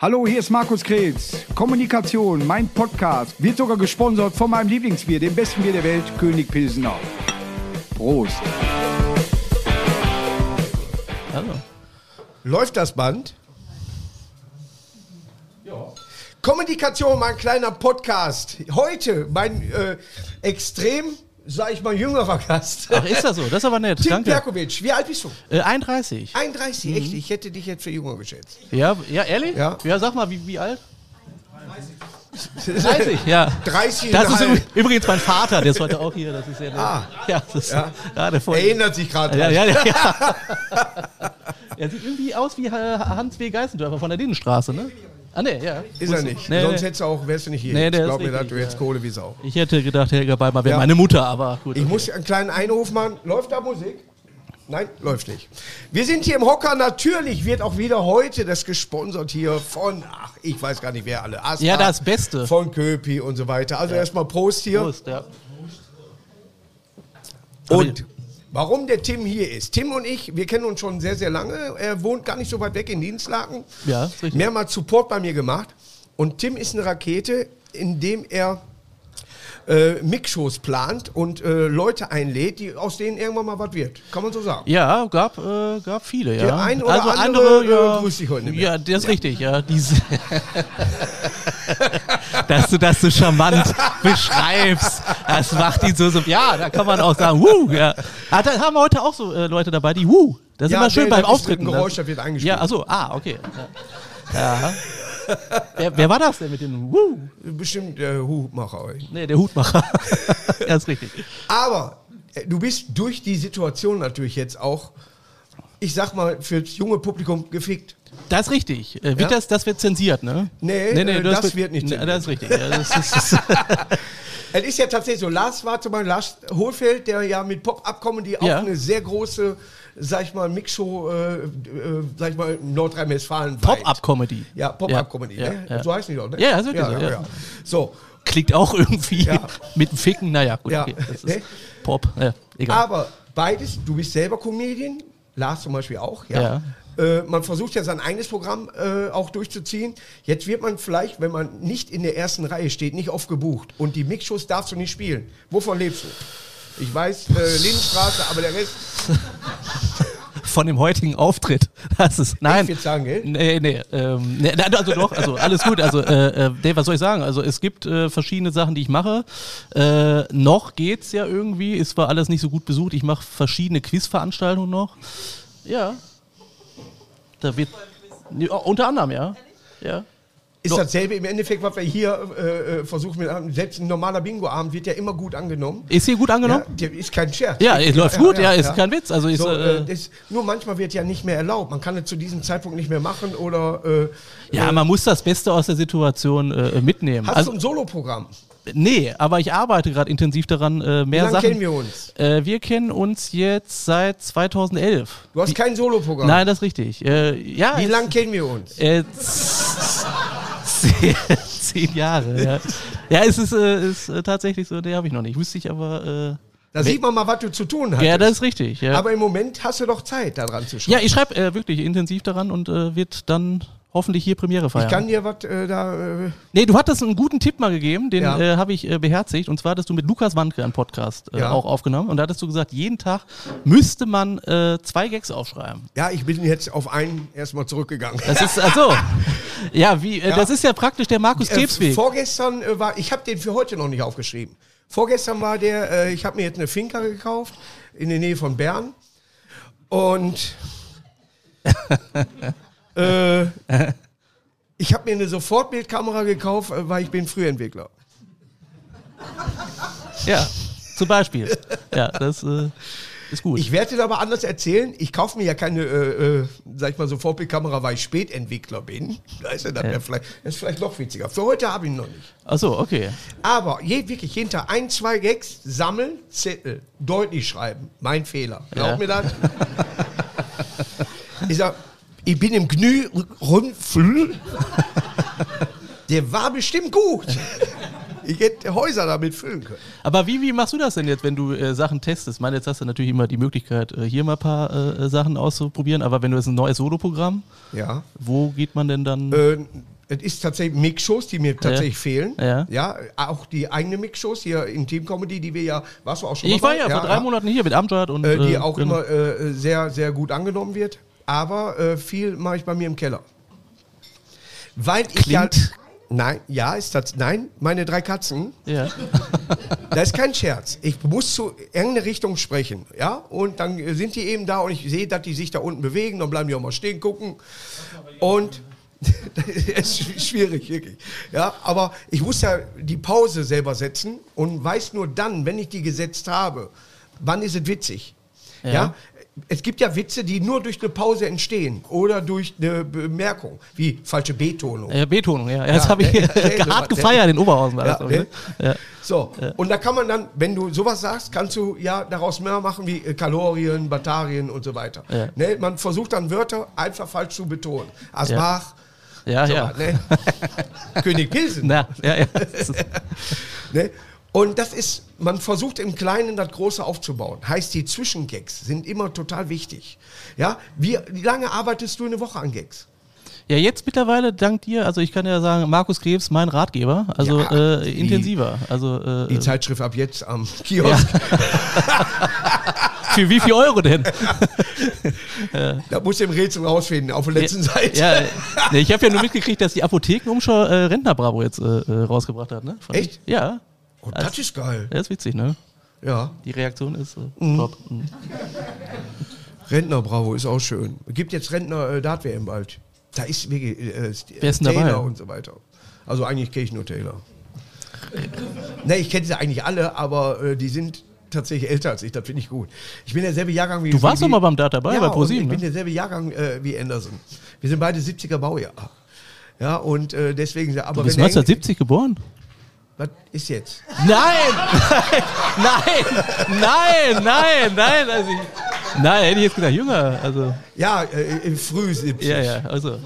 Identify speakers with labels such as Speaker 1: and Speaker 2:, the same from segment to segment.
Speaker 1: Hallo, hier ist Markus Kretz. Kommunikation, mein Podcast, wird sogar gesponsert von meinem Lieblingsbier, dem besten Bier der Welt, König Pilsener. Prost.
Speaker 2: Also.
Speaker 3: Läuft das Band? Kommunikation, mein kleiner Podcast. Heute mein äh, extrem, sag ich mal, jüngerer Gast.
Speaker 2: Ach, ist das so? Das ist aber nett.
Speaker 3: Tim
Speaker 2: Ah, Danke. Mhm.
Speaker 3: Perkovic, wie alt bist du?
Speaker 2: Äh, 31.
Speaker 3: 31, echt? Ich hätte dich jetzt für jünger geschätzt.
Speaker 2: Ja, ja ehrlich?
Speaker 3: Ja.
Speaker 2: sag mal, wie, wie alt? 30, ja.
Speaker 3: 30
Speaker 2: Das ist
Speaker 3: halb.
Speaker 2: übrig- übrigens mein Vater, der ist heute auch hier. Das ist ja nett.
Speaker 3: Ah.
Speaker 2: ja, das ist
Speaker 3: Ja.
Speaker 2: gerade voll.
Speaker 3: Erinnert sich gerade
Speaker 2: Oh, ja, ja,
Speaker 3: dran.
Speaker 2: ja, ja. er sieht irgendwie aus wie äh, Hans W. Geißendörfer von der Lindenstraße, ne? Ah, ne, ja.
Speaker 3: Ist er nicht.
Speaker 2: Nee,
Speaker 3: Sonst
Speaker 2: nee.
Speaker 3: hättest du auch, wärst du nicht hier.
Speaker 2: Nee,
Speaker 3: ich
Speaker 2: der
Speaker 3: glaube
Speaker 2: ist
Speaker 3: mir, da
Speaker 2: richtig,
Speaker 3: du jetzt
Speaker 2: ja.
Speaker 3: Kohle wie Sau.
Speaker 2: Ich hätte gedacht, Helga Beimer wäre
Speaker 3: Ja.
Speaker 2: meine Mutter, aber gut.
Speaker 3: Ich
Speaker 2: okay.
Speaker 3: muss einen kleinen Einruf machen. Läuft da Musik? Nein, läuft nicht. Wir sind hier im Hocker. Natürlich wird auch wieder heute das gesponsert hier von, ach, ich weiß gar nicht, wer alle. Asta,
Speaker 2: Ja, das Beste.
Speaker 3: Von Köpi und so weiter. Also erstmal Prost hier.
Speaker 2: Prost, ja.
Speaker 3: Und warum der Tim hier ist. Tim und ich, wir kennen uns schon sehr, sehr lange. Er wohnt gar nicht so weit weg in Dienstlaken.
Speaker 2: Ja, ist richtig.
Speaker 3: Mehrmals Support bei mir gemacht. Und Tim ist eine Rakete, indem er äh, Mixshows plant und äh, Leute einlädt, die, aus denen irgendwann mal was wird. Kann man so sagen.
Speaker 2: Ja, gab, äh, gab viele, ja. Also
Speaker 3: Der ein oder andere, äh, grüßt dich heute nicht mehr.
Speaker 2: Ja, das ist richtig, ja. Dies, dass du das so charmant beschreibst, das macht ihn so, so, ja, da kann man auch sagen, wuh, ja. Ah, da haben wir heute auch so äh, Leute dabei, die wuh, das ist
Speaker 3: Ja,
Speaker 2: immer schön
Speaker 3: nee,
Speaker 2: beim
Speaker 3: das ist
Speaker 2: Auftreten.
Speaker 3: ein Geräusch,
Speaker 2: das
Speaker 3: das wird eingespielt.
Speaker 2: Ja, achso, ah, okay. Ja. ja. Wer, wer war das denn mit dem wuh?
Speaker 3: Bestimmt äh, Hutmacher. ey.
Speaker 2: Nee, der Hutmacher. das ist richtig.
Speaker 3: Aber äh, du bist durch die Situation natürlich jetzt auch, ich sag mal, fürs junge Publikum gefickt.
Speaker 2: Das ist richtig. Äh, wird
Speaker 3: Ja?
Speaker 2: das, das wird zensiert, ne?
Speaker 3: Nee, äh, das wird nicht
Speaker 2: nee,
Speaker 3: zensiert.
Speaker 2: Das ist richtig. Ja, das ist, das ist,
Speaker 3: Es ist ja tatsächlich so, Lars war zum Beispiel Lars Hohlfeld, der ja mit Pop-Up-Comedy auch
Speaker 2: Ja.
Speaker 3: eine sehr große, sag ich mal, Mixshow, äh, äh, sag ich mal, in Nordrhein-Westfalen weit.
Speaker 2: Pop-up-Comedy.
Speaker 3: Ja, Pop-Up-Comedy,
Speaker 2: Ja,
Speaker 3: ne?
Speaker 2: ja.
Speaker 3: So heißt die doch, ne?
Speaker 2: Ja, ja, ist wirklich so, ja.
Speaker 3: So,
Speaker 2: Klingt auch irgendwie
Speaker 3: Ja.
Speaker 2: mit dem Ficken. Naja, gut.
Speaker 3: Ja.
Speaker 2: Okay. Das
Speaker 3: Nee.
Speaker 2: ist Pop. Ja, egal.
Speaker 3: aber beides, du bist selber Comedian, Lars zum Beispiel auch, ja.
Speaker 2: Ja.
Speaker 3: Äh, man versucht ja sein eigenes Programm äh, auch durchzuziehen. Jetzt wird man vielleicht, wenn man nicht in der ersten Reihe steht, nicht oft gebucht. Und die Mixshows darfst du nicht spielen. Wovon lebst du? Ich weiß, äh, Lindenstraße, aber der Rest
Speaker 2: Von dem heutigen Auftritt. Das ist. Nein.
Speaker 3: Ich würd sagen, gell?
Speaker 2: Nee, nee, ähm, nee. nein, Also doch, also alles gut. Also, äh, äh, nee, was soll ich sagen? Also es gibt äh, verschiedene Sachen, die ich mache. Äh, noch geht's ja irgendwie. Ist zwar alles nicht so gut besucht. Ich mache verschiedene Quizveranstaltungen noch. Ja. Da wird. Ja, unter anderem, ja. Ja.
Speaker 3: Ist
Speaker 2: So.
Speaker 3: dasselbe im Endeffekt, was wir hier äh, äh, versuchen. Mit, einem- selbst ein normaler Bingo-Abend wird ja immer gut angenommen.
Speaker 2: Ist hier gut
Speaker 3: Ja,
Speaker 2: angenommen?
Speaker 3: der ist kein Scherz.
Speaker 2: Genau. Ja, es läuft gut, ja, ist kein Witz. Also ist,
Speaker 3: So,
Speaker 2: äh,
Speaker 3: äh, das, nur manchmal wird ja nicht mehr erlaubt. Man kann es zu diesem Zeitpunkt nicht mehr machen oder. Äh,
Speaker 2: ja, man muss das Beste aus der Situation äh, mitnehmen.
Speaker 3: hast
Speaker 2: also,
Speaker 3: du ein Soloprogramm?
Speaker 2: nee, aber ich arbeite gerade intensiv daran, äh,
Speaker 3: Wie
Speaker 2: mehr
Speaker 3: lange
Speaker 2: Sachen.
Speaker 3: kennen wir uns?
Speaker 2: Äh, wir kennen uns jetzt seit 2011.
Speaker 3: Du hast kein Soloprogramm.
Speaker 2: Nein, das ist richtig. Äh, ja,
Speaker 3: Ah. Wie
Speaker 2: es-
Speaker 3: lange kennen wir uns?
Speaker 2: Äh, z- zehn, äh, zehn Jahre, ja. Ja, es ist, äh, ist äh, tatsächlich so, nee, habe ich noch nicht. Wüsste ich aber.
Speaker 3: Da sieht man mal, was du zu tun hast.
Speaker 2: Äh, ja, das ist richtig. Ja,
Speaker 3: Aber im Moment hast du doch Zeit, daran zu schreiben.
Speaker 2: ja ich schreibe äh, wirklich intensiv daran und äh, wird dann hoffentlich hier Premiere feiern.
Speaker 3: Ich kann dir was äh, da. Äh,
Speaker 2: Nee, du hattest einen guten Tipp mal gegeben, den
Speaker 3: Ja.
Speaker 2: äh, habe ich äh, beherzigt. Und zwar hattest du mit Lukas Wandke einen Podcast äh,
Speaker 3: Ja.
Speaker 2: auch aufgenommen. Und da hattest du gesagt, jeden Tag müsste man äh, zwei Gags aufschreiben.
Speaker 3: ja, ich bin jetzt auf einen erstmal zurückgegangen.
Speaker 2: Das ist also ja, wie äh,
Speaker 3: Ja.
Speaker 2: das ist ja praktisch der Markus
Speaker 3: Äh,
Speaker 2: Krebsweg.
Speaker 3: Vorgestern äh, war, ich habe den für heute noch nicht aufgeschrieben. Vorgestern war der, äh, ich habe mir jetzt eine Finca gekauft in der Nähe von Bern und äh, ich habe mir eine Sofortbildkamera gekauft, äh, weil ich bin Frühentwickler.
Speaker 2: ja, zum Beispiel. Ja, das äh, ist gut.
Speaker 3: Ich werde dir aber anders erzählen. Ich kaufe mir ja keine, äh, äh, sag ich mal, Sofortbildkamera, weil ich Spätentwickler bin. Da ist er dann ja. vielleicht, das ist vielleicht noch witziger. Für heute habe ich ihn noch nicht.
Speaker 2: Ach so, okay.
Speaker 3: Aber je, wirklich hinter ein, zwei Gags sammeln, Zettel, deutlich schreiben. Mein Fehler. Glaub
Speaker 2: Ja.
Speaker 3: mir das. ich sag, ich bin im Gnü rumflü. Der war bestimmt gut. Ich hätte Häuser damit füllen können.
Speaker 2: Aber wie, wie machst du das denn jetzt, wenn du äh, Sachen testest? Ich meine, jetzt hast du natürlich immer die Möglichkeit, äh, hier mal ein paar äh, Sachen auszuprobieren, aber wenn du jetzt ein neues Soloprogramm,
Speaker 3: Ja.
Speaker 2: wo geht man denn dann?
Speaker 3: Äh, es ist tatsächlich Mixshows, die mir tatsächlich fehlen.
Speaker 2: Ja.
Speaker 3: auch die eigenen Mixshows hier in Team Comedy, die wir ja, warst du auch schon
Speaker 2: ich
Speaker 3: mal
Speaker 2: war
Speaker 3: bei?
Speaker 2: ja, vor drei Monaten hier mit Amjad und.
Speaker 3: Äh, die auch
Speaker 2: genau.
Speaker 3: immer äh, sehr, sehr gut angenommen wird. Aber äh, viel mache ich bei mir im Keller. Weil ich ja.
Speaker 2: Klingt.
Speaker 3: Nein, ja, ist das. Nein, meine drei Katzen.
Speaker 2: Ja.
Speaker 3: Das ist kein Scherz. Ich muss zu irgendeiner Richtung sprechen, ja? Und dann äh, sind die eben da und ich sehe, dass die sich da unten bewegen, dann bleiben die auch mal stehen, gucken. Und es ist schwierig, wirklich. Ja, aber ich muss ja die Pause selber setzen und weiß nur dann, wenn ich die gesetzt habe, wann ist es witzig. Ja. Es gibt ja Witze, die nur durch eine Pause entstehen oder durch eine Bemerkung, wie falsche Betonung.
Speaker 2: Äh, B-Tonung, ja. Jetzt habe ich
Speaker 3: ja, ja, so was,
Speaker 2: hart gefeiert in Oberhausen.
Speaker 3: Ja,
Speaker 2: alles, aber, ne? ja.
Speaker 3: So, und da kann man dann, wenn du sowas sagst, kannst du ja daraus mehr machen wie äh, Kalorien, Batterien und so weiter.
Speaker 2: Ja.
Speaker 3: Ne? Man versucht dann Wörter einfach falsch zu betonen. Asbach,
Speaker 2: Ja,
Speaker 3: so
Speaker 2: ja.
Speaker 3: was, ne? König Pilsen.
Speaker 2: Na, ja, ja.
Speaker 3: Ne? Und das ist, man versucht im Kleinen das Große aufzubauen. Heißt, die Zwischengags sind immer total wichtig. Ja, wie, wie lange arbeitest du eine Woche an Gags?
Speaker 2: ja, jetzt mittlerweile dank dir, also ich kann ja sagen, Markus Krebs, mein Ratgeber, also
Speaker 3: Ja,
Speaker 2: äh,
Speaker 3: die-
Speaker 2: intensiver. Also äh,
Speaker 3: Die Zeitschrift ab jetzt am Kiosk.
Speaker 2: für wie viel Euro denn?
Speaker 3: Da musst du im Rätsel rausfinden, auf der letzten Seite.
Speaker 2: Ja, äh, nee, ich habe ja nur mitgekriegt, dass die Apothekenumschau äh, Rentner Bravo jetzt äh, äh, rausgebracht hat, ne? Fand
Speaker 3: Echt?
Speaker 2: Ich. Ja.
Speaker 3: Oh, das
Speaker 2: Also
Speaker 3: ist geil.
Speaker 2: Das ist witzig, ne?
Speaker 3: Ja.
Speaker 2: Die Reaktion ist äh, top. Mhm.
Speaker 3: Rentner Bravo ist auch schön. Gibt jetzt Rentner äh, Dart WM bald. Da ist wirklich äh,
Speaker 2: Wer ist denn
Speaker 3: Taylor
Speaker 2: dabei?
Speaker 3: und so weiter. Also eigentlich kenne ich nur Taylor. ne, ich kenne sie eigentlich alle, aber äh, die sind tatsächlich älter als ich. Das finde ich gut. Ich bin derselbe Jahrgang wie
Speaker 2: Du warst
Speaker 3: wie,
Speaker 2: doch mal beim Dart dabei,
Speaker 3: ja,
Speaker 2: bei
Speaker 3: und
Speaker 2: ProSieben,
Speaker 3: Ich
Speaker 2: ne?
Speaker 3: bin derselbe Jahrgang äh, wie Anderson. Wir sind beide 70er Baujahr. Ja, und äh, deswegen.
Speaker 2: Du
Speaker 3: Aber
Speaker 2: bist
Speaker 3: wenn der
Speaker 2: 1970 geboren?
Speaker 3: Eng- Was ist jetzt?
Speaker 2: Nein! Nein! Nein! Nein! Nein! Also ich, nein, hätte ich jetzt gedacht, jünger. Also,
Speaker 3: Ja, äh, im Früh 70.
Speaker 2: ja, ja, also.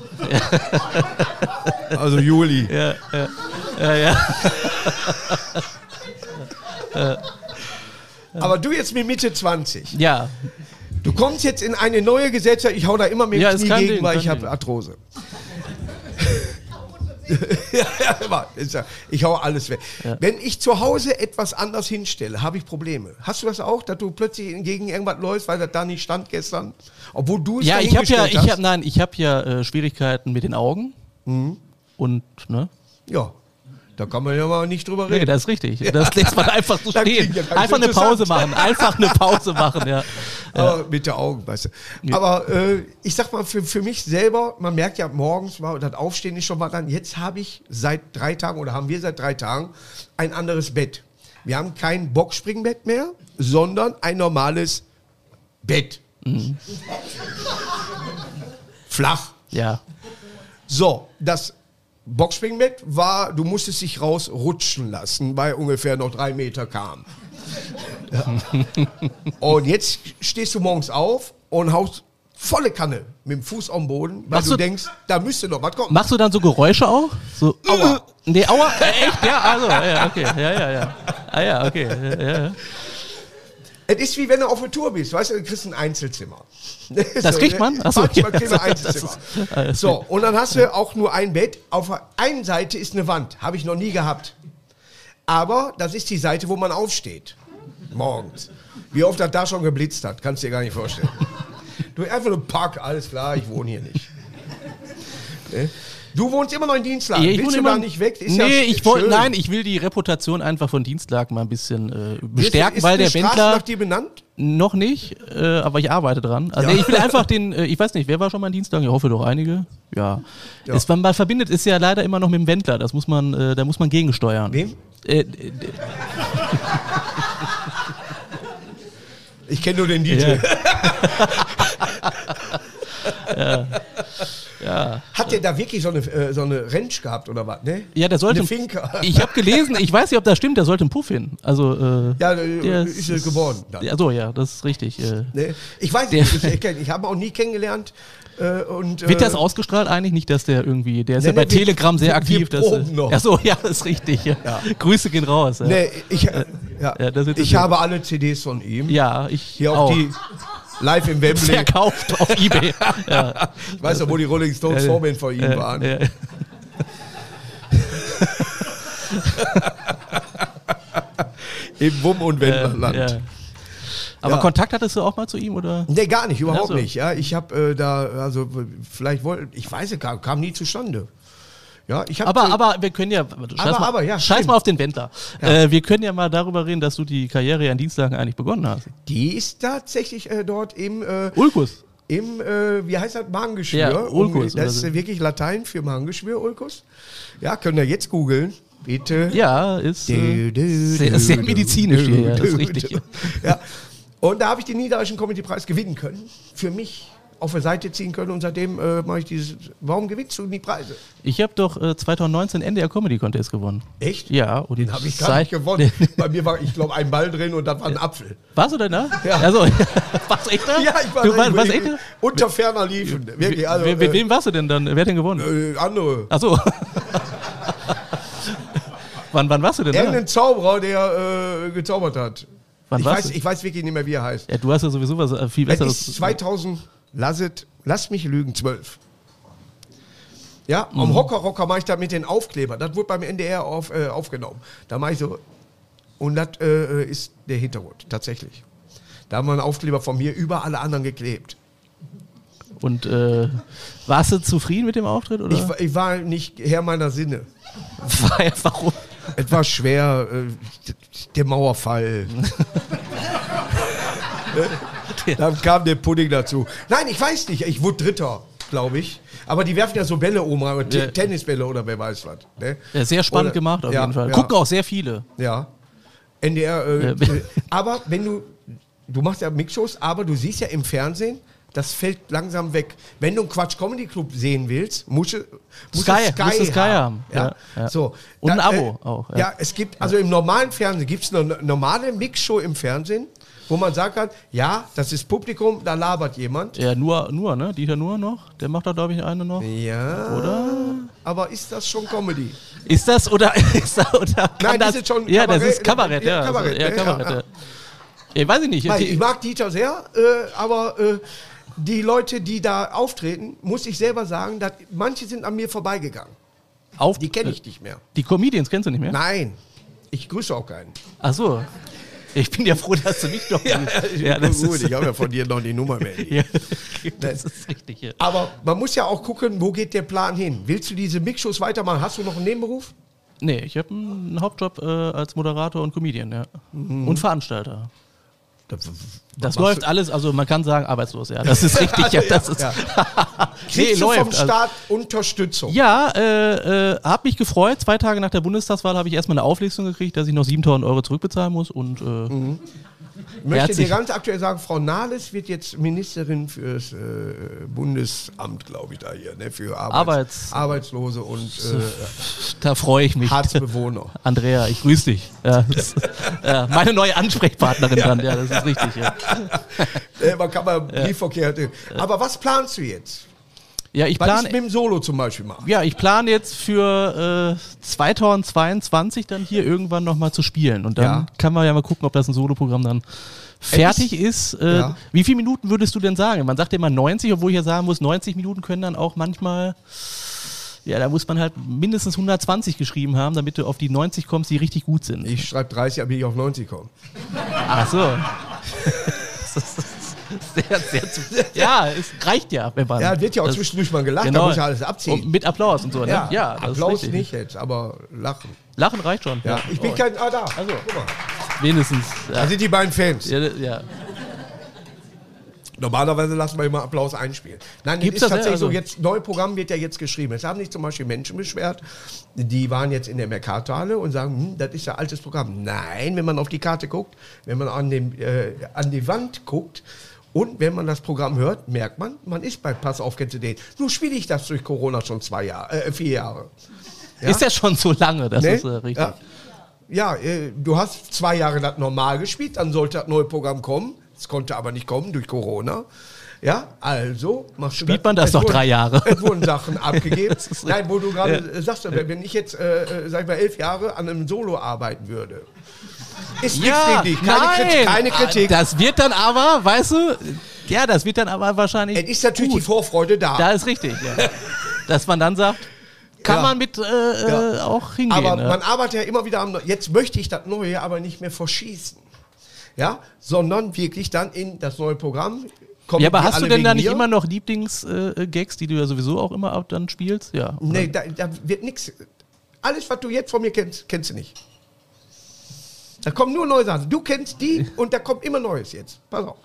Speaker 3: Also Juli.
Speaker 2: Ja, ja. Ja, ja.
Speaker 3: Aber du jetzt mit Mitte 20.
Speaker 2: ja.
Speaker 3: Du kommst jetzt in eine neue Gesellschaft. Ich hau da immer mit dem
Speaker 2: Ja, ist
Speaker 3: Knie
Speaker 2: kein
Speaker 3: gegen,
Speaker 2: Ding,
Speaker 3: weil
Speaker 2: kein
Speaker 3: ich habe
Speaker 2: Ding.
Speaker 3: Arthrose. ja, ja, immer. Ist ja- ich hau alles weg. Wenn ich zu Hause etwas anders hinstelle, habe ich Probleme. Hast du das auch, dass du plötzlich gegen irgendwas läufst, weil das da nicht stand gestern? Obwohl du es
Speaker 2: Ja, ich habe
Speaker 3: dahingestellt
Speaker 2: ja, ich
Speaker 3: hast? Mhm.
Speaker 2: hab, nein, ich habe ja äh, Schwierigkeiten mit den Augen. Und, ne?
Speaker 3: Ja, da kann man ja mal nicht drüber
Speaker 2: Nee,
Speaker 3: reden.
Speaker 2: das ist richtig. Das lässt man einfach so
Speaker 3: Das
Speaker 2: stehen.
Speaker 3: klingt ja ganz
Speaker 2: Einfach eine
Speaker 3: interessant.
Speaker 2: Pause machen. Einfach eine Pause machen, ja.
Speaker 3: Aber mit der Augen, weißt du. Aber äh, ich sag mal, für, für mich selber, man merkt ja morgens mal, das Aufstehen ist schon mal dann, jetzt habe ich seit drei Tagen oder haben wir seit drei Tagen ein anderes Bett. Wir haben kein Boxspringbett mehr, sondern ein normales Bett. Flach.
Speaker 2: Ja.
Speaker 3: So, das Boxspringbett war, du musstest dich rausrutschen lassen, bei ungefähr noch drei Meter kam. Ja. Und jetzt stehst du morgens auf und haust volle Kanne mit dem Fuß am Boden, weil
Speaker 2: Machst
Speaker 3: du,
Speaker 2: du-
Speaker 3: denkst, da müsste noch was kommen.
Speaker 2: Machst du dann so Geräusche auch? So,
Speaker 3: Aua.
Speaker 2: Aua. Nee, aua. Äh, echt? Ja, also, ja, okay. Ja, ja, ja. Ah, ja, okay. Ja, ja.
Speaker 3: Es ist wie wenn du auf der Tour bist, weißt du, du kriegst ein Einzelzimmer. ne?
Speaker 2: Das kriegt man? Ach so,
Speaker 3: Manchmal
Speaker 2: ja.
Speaker 3: kriegst du ein
Speaker 2: Das ist-
Speaker 3: Einzelzimmer. So, und dann hast du auch nur ein Bett. Auf der einen Seite ist eine Wand, habe ich noch nie gehabt. Aber das ist die Seite, wo man aufsteht. Morgens. Wie oft das da schon geblitzt hat, kannst du dir gar nicht vorstellen. Du einfach nur Park, alles klar, ich wohne hier nicht. Ne? Du wohnst immer noch in Dienstlagen.
Speaker 2: Ich
Speaker 3: Ah, Willst
Speaker 2: wohne
Speaker 3: du
Speaker 2: immer-
Speaker 3: da nicht weg?
Speaker 2: nee, ich wollte,
Speaker 3: schön.
Speaker 2: nein, ich will die Reputation einfach von Dienstlagen mal ein bisschen äh,
Speaker 3: Ist-
Speaker 2: bestärken,
Speaker 3: ist
Speaker 2: weil
Speaker 3: eine
Speaker 2: der
Speaker 3: Straße
Speaker 2: Wendler
Speaker 3: nach dir benannt?
Speaker 2: noch nicht, äh, aber ich arbeite dran. Also,
Speaker 3: Ja.
Speaker 2: nee, ich will einfach den, äh, ich weiß nicht, wer war schon mal an Dienstlagen? Ich hoffe doch einige. Ja.
Speaker 3: Ja.
Speaker 2: Ist, man, man verbindet ist ja leider immer noch mit dem Wendler. Das muss man, äh, da muss man gegensteuern.
Speaker 3: Wem?
Speaker 2: Äh, äh,
Speaker 3: Ich kenne nur den DJ.
Speaker 2: Ja.
Speaker 3: Hat der da wirklich so eine, äh, so eine Ranch gehabt oder was? Ne?
Speaker 2: Ja, der sollte.
Speaker 3: Eine Finca.
Speaker 2: Ich habe gelesen, ich weiß nicht, ob das stimmt, der sollte einen Puff hin. Also, äh,
Speaker 3: Ja, äh,
Speaker 2: der
Speaker 3: ist er geworden dann.
Speaker 2: Ja, so, ja, das ist richtig. Äh.
Speaker 3: Ne? Ich weiß nicht, ich, ich, ich habe ihn auch nie kennengelernt. Äh, und,
Speaker 2: Wird
Speaker 3: äh,
Speaker 2: das ausgestrahlt eigentlich? Nicht, dass der irgendwie, der ist ja
Speaker 3: Nee,
Speaker 2: bei
Speaker 3: nee, wir-
Speaker 2: Telegram sehr
Speaker 3: wir-
Speaker 2: aktiv.
Speaker 3: wir
Speaker 2: dass, äh,
Speaker 3: proben noch.
Speaker 2: Ach so, ja, ist richtig. Ja. Grüße gehen raus. Ja,
Speaker 3: Nee, ich, äh, ja.
Speaker 2: ja, das wird-
Speaker 3: ich habe alle CDs von ihm.
Speaker 2: ja ich
Speaker 3: Hier auch,
Speaker 2: auch.
Speaker 3: die live im Wembley.
Speaker 2: Verkauft auf Ebay. ja.
Speaker 3: Ich weiß ja, wo die Rolling Stones Vorbild von ihm
Speaker 2: Äh,
Speaker 3: waren.
Speaker 2: äh,
Speaker 3: Im Wum- und Wendlerland.
Speaker 2: ja. Aber
Speaker 3: Ja.
Speaker 2: Kontakt hattest du auch mal zu ihm oder?
Speaker 3: Nee, gar nicht, überhaupt
Speaker 2: Ach so.
Speaker 3: nicht. Ja, ich habe äh, da, also w- vielleicht wollte, ich weiß es gar, kam nie zustande. Ja, ich habe.
Speaker 2: Aber, aber wir können ja. Scheiß,
Speaker 3: Aber-
Speaker 2: mal,
Speaker 3: aber, ja,
Speaker 2: scheiß
Speaker 3: stimmt.
Speaker 2: mal auf den Wendler. Äh, wir können ja mal darüber reden, dass du die Karriere ja in Dienstlagen eigentlich begonnen hast.
Speaker 3: die ist tatsächlich äh, dort im, äh,
Speaker 2: Ulkus.
Speaker 3: im äh, wie heißt das, Magengeschwür.
Speaker 2: Ja, Ulkus oder
Speaker 3: das ist
Speaker 2: so.
Speaker 3: äh, wirklich Latein für Magengeschwür, Ulkus. Ja, könnt ihr jetzt googeln, bitte.
Speaker 2: Ja, ist. Äh,
Speaker 3: Du, du,
Speaker 2: sehr-
Speaker 3: du,
Speaker 2: sehr
Speaker 3: du,
Speaker 2: medizinisch
Speaker 3: du,
Speaker 2: hier, ja, das ist
Speaker 3: du,
Speaker 2: richtig.
Speaker 3: du. Ja. Und da habe ich den Niederländischen Comedy-Preis gewinnen können. Für mich auf der Seite ziehen können und seitdem äh, mache ich dieses. Warum gewinnst du die Preise?
Speaker 2: ich habe doch äh, 2019 NDR Comedy Contest gewonnen.
Speaker 3: Echt?
Speaker 2: Ja, und
Speaker 3: Den habe ich gar nicht gewonnen. Bei mir war, ich glaube, ein Ball drin und das war ein Apfel.
Speaker 2: Warst du denn da?
Speaker 3: Ja.
Speaker 2: Also, warst du echt da? du, war, warst echt da?
Speaker 3: unter ferner liefen. Wirklich, also,
Speaker 2: Wer- mit
Speaker 3: äh,
Speaker 2: wem warst du denn dann? Wer hat denn gewonnen?
Speaker 3: äh, andere.
Speaker 2: Achso. wann, wann warst du denn da?
Speaker 3: Irgendein Zauberer, der äh, gezaubert hat.
Speaker 2: Wann
Speaker 3: ich,
Speaker 2: warst
Speaker 3: weiß,
Speaker 2: du?
Speaker 3: ich weiß wirklich nicht mehr, wie er heißt.
Speaker 2: Ja, du hast ja sowieso was äh, viel
Speaker 3: Es ist
Speaker 2: besseres.
Speaker 3: 2000, lasset, lass mich lügen, 12. Ja,
Speaker 2: Mhm.
Speaker 3: am Hockerrocker mache ich da mit den Aufkleber. Das wurde beim NDR auf, äh, aufgenommen. Da mache ich so. Und das äh, ist der Hintergrund, tatsächlich. Da haben wir einen Aufkleber von mir über alle anderen geklebt.
Speaker 2: Und äh, warst du zufrieden mit dem Auftritt? Oder?
Speaker 3: Ich, wa- ich war nicht Herr meiner Sinne.
Speaker 2: war ja, warum?
Speaker 3: Es war schwer, äh, d- der Mauerfall. Ne? Dann kam der Pudding dazu. Nein, ich weiß nicht, ich wurde Dritter, glaube ich. Aber die werfen ja so Bälle um, aber T-
Speaker 2: Ja.
Speaker 3: Tennisbälle oder wer weiß was. Ne?
Speaker 2: Ja, sehr spannend
Speaker 3: Oder-
Speaker 2: gemacht auf
Speaker 3: ja,
Speaker 2: jeden Fall.
Speaker 3: ja.
Speaker 2: Gucken auch sehr viele.
Speaker 3: Ja. NDR. Äh,
Speaker 2: Ja.
Speaker 3: äh, aber wenn du, du machst ja Mixshows, aber du siehst ja im Fernsehen, das fällt langsam weg. Wenn du einen Quatsch Comedy Club sehen willst, musst du musst du
Speaker 2: Sky, musst du Sky haben.
Speaker 3: Ja.
Speaker 2: Ja, ja.
Speaker 3: So.
Speaker 2: Und ein
Speaker 3: Da, äh,
Speaker 2: Abo auch,
Speaker 3: Ja.
Speaker 2: ja.
Speaker 3: es gibt, also im normalen Fernsehen gibt es eine no- normale Mixshow im Fernsehen, wo man sagen kann, ja, das ist Publikum, da labert jemand.
Speaker 2: Ja, nur, nur, ne? Dieter Nur noch? Der macht da, glaube ich, eine noch.
Speaker 3: Ja.
Speaker 2: Oder?
Speaker 3: Aber ist das schon Comedy?
Speaker 2: Ist das oder ist das oder kann
Speaker 3: Nein, die
Speaker 2: das,
Speaker 3: sind schon
Speaker 2: Ja, das
Speaker 3: Kabarett-
Speaker 2: ist Kabarett, ja.
Speaker 3: ja, Kabarett,
Speaker 2: also, ja,
Speaker 3: ne?
Speaker 2: Kabarett,
Speaker 3: Ja,
Speaker 2: ja. Ich weiß ich nicht.
Speaker 3: Weil
Speaker 2: die-
Speaker 3: ich mag Dieter sehr, äh, aber äh, die Leute, die da auftreten, muss ich selber sagen, dass manche sind an mir vorbeigegangen.
Speaker 2: auf,
Speaker 3: Die kenne ich nicht mehr.
Speaker 2: Die Comedians kennst du nicht mehr?
Speaker 3: Nein, ich grüße auch keinen.
Speaker 2: Ach so. Ich bin ja froh, dass du mich doch. ja, ja, das
Speaker 3: Nur gut,
Speaker 2: ist,
Speaker 3: ich habe ja von dir noch die Nummer mehr.
Speaker 2: ja, das ist richtig. Ja.
Speaker 3: Aber man muss ja auch gucken, wo geht der Plan hin? Willst du diese Mixshows weitermachen? Hast du noch einen Nebenberuf?
Speaker 2: Nee, ich habe einen Hauptjob äh, als Moderator und Comedian, ja.
Speaker 3: Mhm.
Speaker 2: Und Veranstalter. Das
Speaker 3: machst
Speaker 2: läuft alles, also man kann sagen, arbeitslos, ja. Das ist richtig, ja. Das ist,
Speaker 3: ja.
Speaker 2: nee,
Speaker 3: Kriegst du vom
Speaker 2: läuft. Also,
Speaker 3: Staat Unterstützung?
Speaker 2: ja, äh, äh, hab mich gefreut. Zwei Tage nach der Bundestagswahl habe ich erstmal eine Auflistung gekriegt, dass ich noch 7000 Euro zurückbezahlen muss und äh,
Speaker 3: Mhm. Ich möchte dir
Speaker 2: herzlich-
Speaker 3: ganz aktuell sagen, Frau Nahles wird jetzt Ministerin fürs äh, Bundesamt, glaube ich, da hier, ne? für
Speaker 2: Arbeits-
Speaker 3: Arbeits Arbeitslose und äh,
Speaker 2: da freue ich mich.
Speaker 3: Harzbewohner.
Speaker 2: Andrea, ich grüße dich. Ja, das, ja, meine neue Ansprechpartnerin dann, ja, das ist richtig. Ja,
Speaker 3: Äh, man kann mal Briefverkehr. Aber was planst du jetzt?
Speaker 2: ja ich
Speaker 3: Was
Speaker 2: plane.
Speaker 3: ich mit dem Solo zum Beispiel mache.
Speaker 2: Ja, ich plane jetzt für äh, 2022 dann hier irgendwann nochmal zu spielen. Und dann
Speaker 3: Ja.
Speaker 2: kann man ja mal gucken, ob das ein Soloprogramm dann fertig ist. Äh,
Speaker 3: Ja.
Speaker 2: Wie viele Minuten würdest du denn sagen? Man sagt immer 90, obwohl ich ja sagen muss, 90 Minuten können dann auch manchmal, ja, da muss man halt mindestens 120 geschrieben haben, damit du auf die 90 kommst, die richtig gut sind.
Speaker 3: Ich schreibe 30, aber ich auf 90 komme.
Speaker 2: Ach so. Das ist sehr, sehr zu, ja, es reicht ja, wenn man.
Speaker 3: Ja, wird ja auch
Speaker 2: das-
Speaker 3: zwischendurch mal gelacht, da
Speaker 2: Genau.
Speaker 3: muss ich alles abziehen.
Speaker 2: Und mit Applaus und so, ne?
Speaker 3: ja,
Speaker 2: das ist
Speaker 3: Applaus
Speaker 2: richtig.
Speaker 3: nicht jetzt, aber lachen.
Speaker 2: Lachen reicht schon.
Speaker 3: Ja, ich bin kein. Ah, da.
Speaker 2: Also.
Speaker 3: Guck mal.
Speaker 2: Wenigstens.
Speaker 3: Da
Speaker 2: Ja.
Speaker 3: sind die beiden Fans.
Speaker 2: Ja, ja.
Speaker 3: Normalerweise lassen wir immer Applaus einspielen. Nein,
Speaker 2: Gibt's das,
Speaker 3: das ist
Speaker 2: ne?
Speaker 3: tatsächlich so.
Speaker 2: Also-
Speaker 3: Jetzt, neue Programm wird ja jetzt geschrieben. Es haben sich zum Beispiel Menschen beschwert, die waren jetzt in der Mercatorhalle und sagen, hm, das ist ja altes Programm. Nein, wenn man auf die Karte guckt, wenn man an, dem, äh, an die Wand guckt Und wenn man das Programm hört, merkt man, man ist bei Pass auf Kette den. Nun spiele ich das durch Corona schon zwei Jahre, äh, vier Jahre. Ja?
Speaker 2: Ist ja schon so lange, das
Speaker 3: Ne?
Speaker 2: ist äh, richtig.
Speaker 3: Ja, ja äh, du hast zwei Jahre das normal gespielt, dann sollte das neue Programm kommen. Es konnte aber nicht kommen durch Corona. Ja, also machst du
Speaker 2: Spielt man das
Speaker 3: Es
Speaker 2: noch
Speaker 3: wurden-
Speaker 2: drei Jahre.
Speaker 3: Es wurden Sachen abgegeben.
Speaker 2: Das ist
Speaker 3: Nein, wo du gerade äh, sagst, wenn ich jetzt, äh, äh, sag ich mal, elf Jahre an einem Solo arbeiten würde. Ist nichts gegen dich. Keine Kritik. Keine Kritik.
Speaker 2: Das wird dann aber, weißt du, ja, das wird dann aber wahrscheinlich.
Speaker 3: es ist natürlich die
Speaker 2: gut.
Speaker 3: Vorfreude da.
Speaker 2: Da ist richtig, ja. Dass man dann sagt, kann
Speaker 3: Ja.
Speaker 2: man mit äh, äh, auch hingehen.
Speaker 3: aber
Speaker 2: ja.
Speaker 3: man arbeitet ja immer wieder am Neu- Jetzt möchte ich das Neue aber nicht mehr verschießen. Ja, sondern wirklich dann in das neue Programm. Kommen
Speaker 2: ja, aber
Speaker 3: die
Speaker 2: hast du
Speaker 3: alle
Speaker 2: denn da
Speaker 3: wegen
Speaker 2: nicht
Speaker 3: mir?
Speaker 2: immer noch Lieblingsgags, äh, Gags, die du ja sowieso auch immer ab dann spielst? Ja. oder?
Speaker 3: Nee, da, da wird nichts. Alles, was du jetzt von mir kennst, kennst du nicht. Da kommen nur neue Sachen. Du kennst die und da kommt immer Neues jetzt. Pass auf.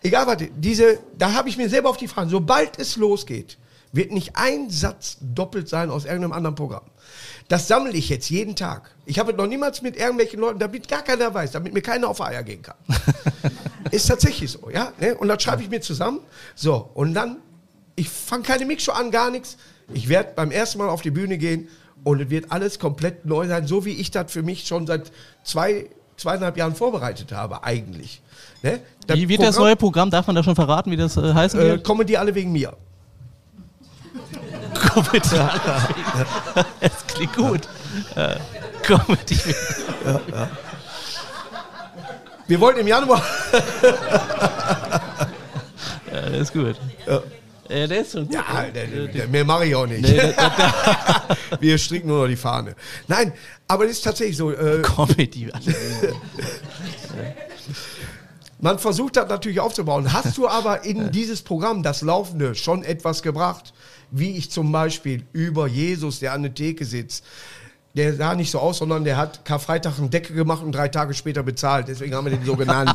Speaker 3: Egal was, diese, da habe ich mir selber auf die Frage, sobald es losgeht, wird nicht ein Satz doppelt sein aus irgendeinem anderen Programm. Das sammle ich jetzt jeden Tag. Ich habe noch niemals mit irgendwelchen Leuten, damit gar keiner weiß, damit mir keiner auf Eier gehen kann. Ist tatsächlich so, ja. Ne? Und dann schreibe ich mir zusammen. So, und dann, ich fange keine Mixshow an, gar nichts. Ich werde beim ersten Mal auf die Bühne gehen und es wird alles komplett neu sein, so wie ich das für mich schon seit zwei, zweieinhalb Jahren vorbereitet habe, eigentlich. Ne?
Speaker 2: Wie wird das neue Programm? Darf man da schon verraten, wie das äh, heißen
Speaker 3: Äh,
Speaker 2: wird?
Speaker 3: kommen die alle wegen mir.
Speaker 2: Comedy. Es klingt gut. Äh, Comedy.
Speaker 3: Wir wollten im Januar.
Speaker 2: Ja, der ist gut. Ja, der ist schon gut.
Speaker 3: Ja, der- der- mehr mache ich auch nicht.
Speaker 2: der-
Speaker 3: Wir stricken nur noch die Fahne. Nein, aber es ist tatsächlich so. Äh,
Speaker 2: Comedy.
Speaker 3: Man versucht das natürlich aufzubauen. Hast du aber in dieses Programm, das Laufende, schon etwas gebracht? Wie ich zum Beispiel über Jesus, der an der Theke sitzt. Der sah nicht so aus, sondern der hat Karfreitag einen Deckel gemacht und drei Tage später bezahlt. Deswegen haben wir den so genannt.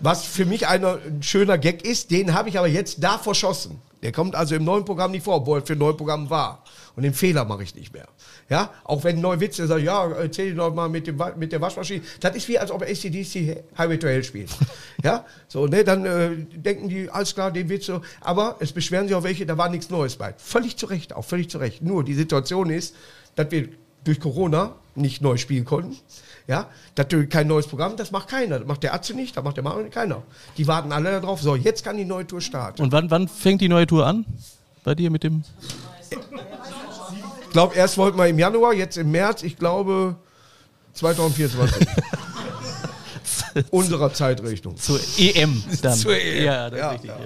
Speaker 3: Was für mich einer, ein schöner Gag ist, den habe ich aber jetzt da verschossen. Der kommt also im neuen Programm nicht vor, obwohl er für ein neues Programm war. Und den Fehler mache ich nicht mehr. Ja, auch wenn ein neuer Witz ist, sag ich, ja, erzähl doch mal mit, dem, Wa- mit der Waschmaschine. Das ist wie, als ob ACDC Highway to Hell spielt. ja, so, ne, dann äh, denken die, alles klar, den Witz so. Aber es beschweren sich auch welche, da war nichts Neues bei. Völlig zu Recht, auch völlig zu Recht. Nur die Situation ist, dass wir durch Corona nicht neu spielen konnten. Ja, natürlich kein neues Programm, das macht keiner. Das macht der Atze nicht, das macht der Mario nicht, keiner. Die warten alle darauf, so, jetzt kann die neue Tour starten.
Speaker 2: Und wann, wann fängt die neue Tour an? Bei dir mit dem.
Speaker 3: Ich glaube, erst wollten wir im Januar, jetzt im März, ich glaube 2024. Unserer Zeitrechnung.
Speaker 2: Zur EM dann.
Speaker 3: Zur EM,
Speaker 2: Ja, das
Speaker 3: ja,
Speaker 2: ist richtig.
Speaker 3: ja.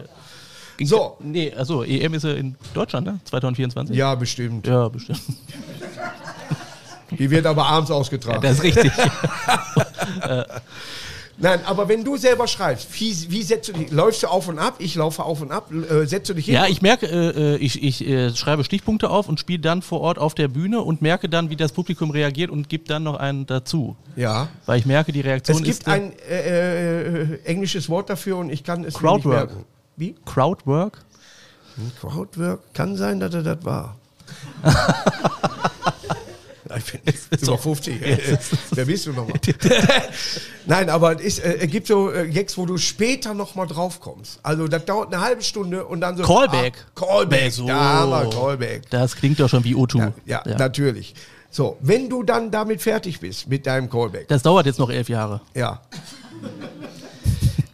Speaker 2: Ja.
Speaker 3: So.
Speaker 2: Nee, also EM ist ja in Deutschland, ne? 2024?
Speaker 3: Ja, bestimmt.
Speaker 2: Ja, bestimmt.
Speaker 3: Die wird aber abends ausgetragen.
Speaker 2: Das ist richtig.
Speaker 3: Nein, aber wenn du selber schreibst, wie, wie setzt du dich? Läufst du auf und ab? Ich laufe auf und ab. Äh, setzt du dich hin?
Speaker 2: ja, ich merke, äh, äh, ich, ich äh, schreibe Stichpunkte auf und spiele dann vor Ort auf der Bühne und merke dann, wie das Publikum reagiert und gebe dann noch einen dazu.
Speaker 3: ja.
Speaker 2: Weil ich merke, die Reaktion
Speaker 3: Es gibt
Speaker 2: ist äh,
Speaker 3: ein äh, äh, englisches Wort dafür und ich kann es mir
Speaker 2: Crowdwork.
Speaker 3: nicht merken. Wie?
Speaker 2: Crowdwork.
Speaker 3: Crowdwork? Kann sein, dass er das war. ich bin über 50. Äh, Wer bist du nochmal? Nein, aber es ist, äh, es gibt so äh, Gags, wo du später nochmal drauf kommst. Also das dauert eine halbe Stunde und dann so...
Speaker 2: Callback.
Speaker 3: Ah, Callback,
Speaker 2: So.
Speaker 3: da war Callback.
Speaker 2: Das klingt doch schon wie O2.
Speaker 3: Ja,
Speaker 2: Ja.
Speaker 3: natürlich. So, wenn du dann damit fertig bist, mit deinem Callback,
Speaker 2: Das dauert jetzt noch elf Jahre.
Speaker 3: ja.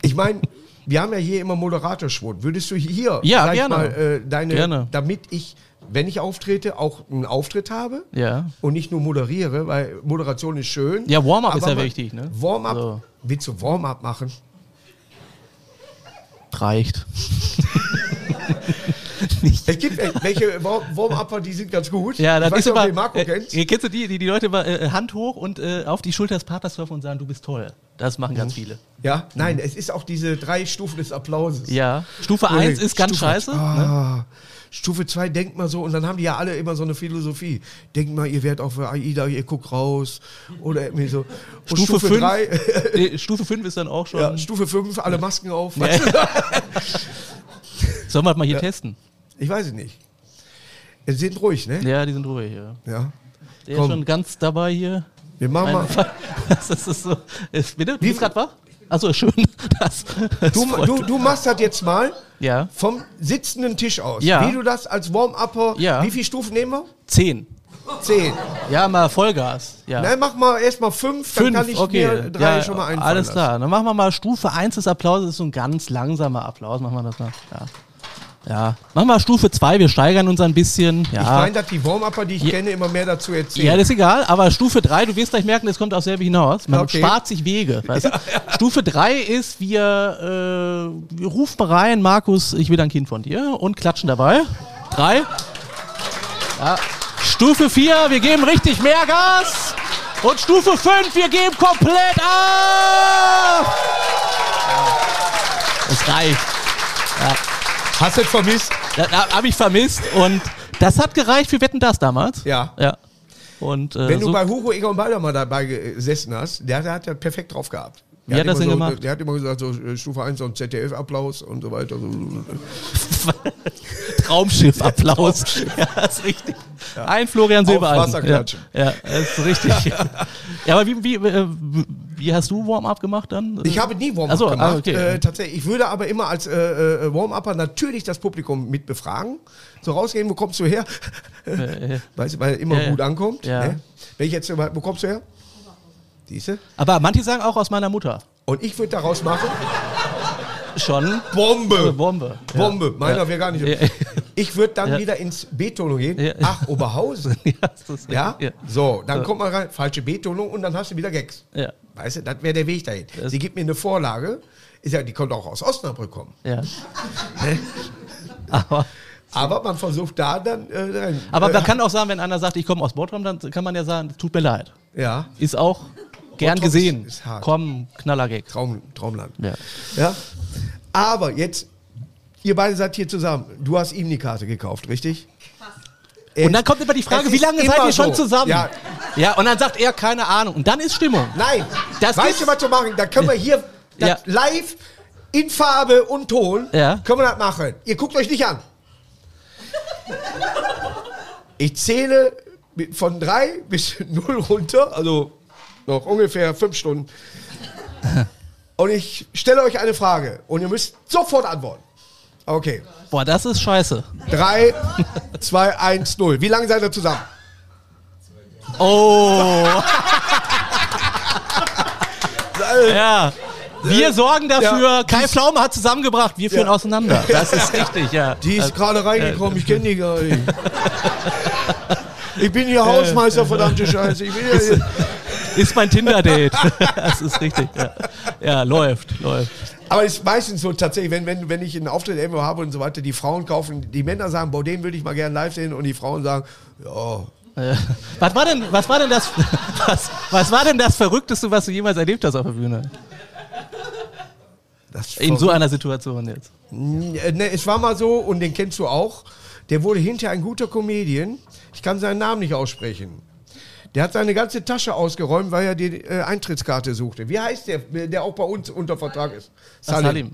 Speaker 3: Ich meine, wir haben ja hier immer Moderatorschwund. Würdest du hier
Speaker 2: Ja,
Speaker 3: sag ich
Speaker 2: gerne.
Speaker 3: mal äh, deine,
Speaker 2: Gerne.
Speaker 3: damit ich, wenn ich auftrete, auch einen Auftritt habe
Speaker 2: Ja.
Speaker 3: und nicht nur moderiere, weil Moderation ist schön.
Speaker 2: Ja, Warm-up ist
Speaker 3: aber
Speaker 2: ja
Speaker 3: man-
Speaker 2: wichtig, ne?
Speaker 3: Warm-up.
Speaker 2: So.
Speaker 3: Willst du Warm-up machen?
Speaker 2: Reicht.
Speaker 3: Es gibt wel- welche War- Warm-Upper, die sind ganz gut.
Speaker 2: Ja,
Speaker 3: ich
Speaker 2: das
Speaker 3: weiß
Speaker 2: ist
Speaker 3: nicht, ob
Speaker 2: immer.
Speaker 3: du den Marco kennst.
Speaker 2: äh, kennst du die, die, die Leute immer, äh, Hand hoch und äh, auf die Schulter des Partners werfen und sagen, du bist toll. Das machen ganz viele.
Speaker 3: ja, nein, es ist auch diese drei Stufen des Applauses.
Speaker 2: Ja. Stufe 1 ist ganz
Speaker 3: Stufe-
Speaker 2: scheiße. ne?
Speaker 3: Ah, Stufe 2, denkt mal so, und dann haben die ja alle immer so eine Philosophie. Denkt mal, ihr werdet auf der AIDA, ihr guckt raus. Oder irgendwie so. Und
Speaker 2: Stufe 5
Speaker 3: drei,
Speaker 2: äh, Stufe 5 ist dann auch schon.
Speaker 3: ja, Stufe 5, alle Masken auf.
Speaker 2: Sollen wir das mal hier testen?
Speaker 3: Ich weiß es nicht. Sie sind ruhig, ne?
Speaker 2: Ja, die sind ruhig. Ja.
Speaker 3: Ja.
Speaker 2: Der
Speaker 3: Komm.
Speaker 2: ist schon ganz dabei hier.
Speaker 3: Wir machen mal.
Speaker 2: Das ist so. Ist, bitte? Du bist gerade wach? Ich bin Achso, schön. Das, das
Speaker 3: Du,
Speaker 2: freut-
Speaker 3: du, du machst das jetzt mal
Speaker 2: ja.
Speaker 3: vom sitzenden Tisch aus.
Speaker 2: Ja.
Speaker 3: Wie du das als Warm-Upper,
Speaker 2: Ja.
Speaker 3: wie viele Stufen nehmen wir?
Speaker 2: Zehn.
Speaker 3: Zehn.
Speaker 2: Ja, mal Vollgas. Ja.
Speaker 3: Nein, mach mal erstmal fünf, Ne, dann kann ich mir drei schon mal einfallen
Speaker 2: Alles
Speaker 3: lassen.
Speaker 2: klar. Dann machen wir mal Stufe 1 des Applaus. Das ist so ein ganz langsamer Applaus. Machen wir das mal. Ja. ja. Machen wir Stufe 2. Wir steigern uns ein bisschen. Ja.
Speaker 3: Ich meine, dass die Warm-Upper, die ich
Speaker 2: Ah. Ja.
Speaker 3: kenne, immer mehr dazu erzählen.
Speaker 2: Ja, das ist egal, aber Stufe 3, du wirst gleich merken, das kommt auf selber hinaus. Man
Speaker 3: Okay.
Speaker 2: spart sich Wege. Weißt du? Stufe 3 ist, wir, äh, wir rufen mal rein, Markus, ich will ein Kind von dir und klatschen dabei. Drei. Ja. Stufe 4, wir geben richtig mehr Gas. Und Stufe 5, wir geben komplett ab. Es reicht.
Speaker 3: Hast du es vermisst?
Speaker 2: Das habe ich vermisst und das hat gereicht für Wetten das damals.
Speaker 3: Ja.
Speaker 2: Ja. Und, äh,
Speaker 3: Wenn
Speaker 2: so-
Speaker 3: du bei Hugo Egon Balder mal dabei gesessen hast, der, der hat ja perfekt drauf gehabt. Der
Speaker 2: Wie
Speaker 3: hat
Speaker 2: hat das
Speaker 3: immer
Speaker 2: denn
Speaker 3: so,
Speaker 2: gemacht?
Speaker 3: Der hat immer gesagt, so äh, Stufe 1 und ZDF-Applaus und so weiter. So.
Speaker 2: Traumschiff-Applaus. Ja, ist richtig. Ein Florian
Speaker 3: Auf
Speaker 2: Silbereisen.
Speaker 3: Wasser
Speaker 2: ja,
Speaker 3: klatschen.
Speaker 2: ja, ist richtig. ja, aber wie, wie, äh, wie hast du Warm-up gemacht dann?
Speaker 3: Ich habe nie Warm-Up
Speaker 2: Ach so, ah,
Speaker 3: gemacht.
Speaker 2: okay.
Speaker 3: äh, tatsächlich. Ich würde aber immer als äh, äh, Warm-Upper natürlich das Publikum mit befragen. So rausgehen, wo kommst du her?
Speaker 2: äh,
Speaker 3: Weißt du, weil immer
Speaker 2: Ja, ja.
Speaker 3: gut ankommt.
Speaker 2: Ja.
Speaker 3: Ne? Wenn ich jetzt, immer- wo kommst du her? Diese.
Speaker 2: aber manche sagen auch aus meiner Mutter.
Speaker 3: Und ich würde daraus machen,
Speaker 2: Schon. Also
Speaker 3: Bombe.
Speaker 2: Bombe. Ja.
Speaker 3: Bombe, meiner wäre gar nicht.
Speaker 2: Ja.
Speaker 3: Ich würde dann
Speaker 2: Ja.
Speaker 3: wieder ins Betonung gehen.
Speaker 2: Ja.
Speaker 3: Ach, Oberhausen.
Speaker 2: Ja, das ist
Speaker 3: Ja?
Speaker 2: ja.
Speaker 3: So, dann kommt man rein, falsche Betonung und dann hast du wieder Gags.
Speaker 2: Ja.
Speaker 3: Weißt du, das wäre der Weg dahin. Sie gibt mir eine Vorlage, ist ja, die konnte auch aus Osnabrück kommen.
Speaker 2: ja. aber
Speaker 3: Aber man versucht da dann. Äh, rein.
Speaker 2: aber
Speaker 3: äh,
Speaker 2: man kann auch sagen, wenn einer sagt, ich komme aus Bottrop, dann kann man ja sagen, tut mir leid.
Speaker 3: Ja,
Speaker 2: Ist auch gern
Speaker 3: Bottrop
Speaker 2: gesehen.
Speaker 3: ist- ist hart.
Speaker 2: Komm, Knallergag.
Speaker 3: Traum, Traumland.
Speaker 2: Ja.
Speaker 3: Ja? Aber jetzt, ihr beide seid hier zusammen. Du hast ihm die Karte gekauft, richtig?
Speaker 2: Und dann kommt immer die Frage,
Speaker 3: Es
Speaker 2: wie
Speaker 3: ist
Speaker 2: lange seid
Speaker 3: immer
Speaker 2: ihr schon
Speaker 3: so.
Speaker 2: zusammen?
Speaker 3: Ja.
Speaker 2: ja, und dann sagt er, keine Ahnung. Und dann ist Stimmung.
Speaker 3: Nein,
Speaker 2: Das
Speaker 3: weißt
Speaker 2: ist-
Speaker 3: du, was wir machen? Da können wir hier das
Speaker 2: Ja.
Speaker 3: live in Farbe und Ton
Speaker 2: Ja.
Speaker 3: können wir das machen. Ihr guckt euch nicht an. Ich zähle mit- von drei bis null runter, also noch ungefähr fünf Stunden. Und ich stelle euch eine Frage und ihr müsst sofort antworten. Okay.
Speaker 2: Boah, das ist scheiße.
Speaker 3: drei, zwei, eins, null. Wie lange seid ihr zusammen?
Speaker 2: Oh. ja. Wir sorgen dafür,
Speaker 3: Ja.
Speaker 2: Kai Pflaume hat zusammengebracht, wir führen auseinander. Das ist richtig, ja.
Speaker 3: Die ist gerade reingekommen, ich kenne die gar nicht. Ich bin hier Hausmeister, verdammte Scheiße. Ich bin hier,
Speaker 2: Ist mein Tinder-Date. Das ist richtig, ja. Ja, läuft, läuft.
Speaker 3: aber es ist meistens so tatsächlich, wenn, wenn, wenn ich einen Auftritt irgendwo habe und so weiter, die Frauen kaufen, die Männer sagen, boah, den würde ich mal gerne live sehen und die Frauen sagen, ja,
Speaker 2: Äh, Was war denn, was war denn das, was, was war denn das Verrückteste, was du jemals erlebt hast auf der Bühne?
Speaker 3: das ist
Speaker 2: In so einer Situation jetzt.
Speaker 3: Äh, Ne, es war mal so, und den kennst du auch, der wurde hinterher ein guter Comedian. Ich kann seinen Namen nicht aussprechen. Der hat seine ganze Tasche ausgeräumt, weil er die äh, Eintrittskarte suchte. Wie heißt der, der auch bei uns unter Vertrag ist?
Speaker 2: Ah,
Speaker 3: Salim,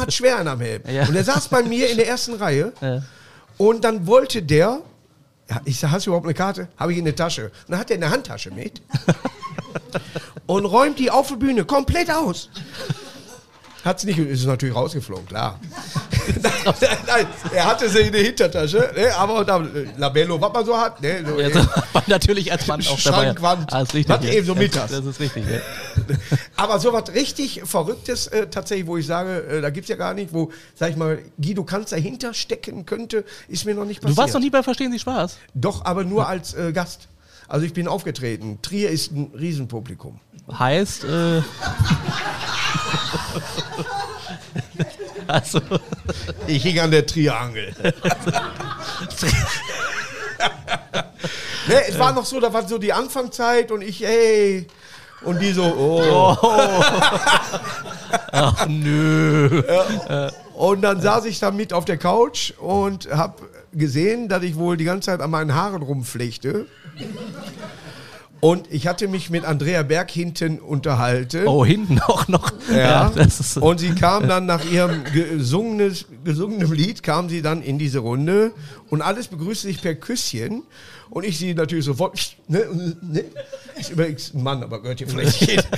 Speaker 3: hat Schweren am Helm.
Speaker 2: Ja.
Speaker 3: Und er saß bei mir in der ersten Reihe.
Speaker 2: Ja.
Speaker 3: Und dann wollte der, ja, ich sag, hast du überhaupt eine Karte? Habe ich in der Tasche. Und dann hat er eine Handtasche mit und räumt die auf die Bühne komplett aus. Hat's nicht, ist natürlich rausgeflogen, klar. nein, nein, nein, er hatte sie in der Hintertasche, ne, aber da, äh, Labello, was man so hat, ne, so,
Speaker 2: Ja,
Speaker 3: äh,
Speaker 2: so, war natürlich als Mann auch dabei.
Speaker 3: Schrankwand.
Speaker 2: Alles richtig.
Speaker 3: Hat eben so
Speaker 2: ja.
Speaker 3: mittags.
Speaker 2: Das ist richtig. Ja.
Speaker 3: aber so was richtig Verrücktes äh, tatsächlich, wo ich sage, äh, da gibt's ja gar nicht, wo, sag ich mal, Guido Kanz dahinter stecken könnte, ist mir noch nicht passiert.
Speaker 2: Du warst noch nie bei Verstehen Sie Spaß?
Speaker 3: Doch, aber nur als äh, Gast. Also ich bin aufgetreten. Trier ist ein Riesenpublikum.
Speaker 2: Heißt, äh. also,
Speaker 3: Ich hing an der Triangel. ne, es war noch so, da war so die Anfangszeit und ich, ey. Und die so, oh.
Speaker 2: ach nö.
Speaker 3: Äh. Und dann saß ich da mit auf der Couch und hab gesehen, dass ich wohl die ganze Zeit an meinen Haaren rumflechte. Und ich hatte mich mit Andrea Berg hinten unterhalten.
Speaker 2: Oh, hinten auch noch.
Speaker 3: Ja. Oh,
Speaker 2: das ist,
Speaker 3: und sie kam dann nach ihrem gesungenes, gesungenen Lied, kam sie dann in diese Runde und alles begrüßte sich per Küsschen. Und ich sie natürlich sofort, ne, ne, ich überlege, Mann, aber gehört hier vielleicht nicht.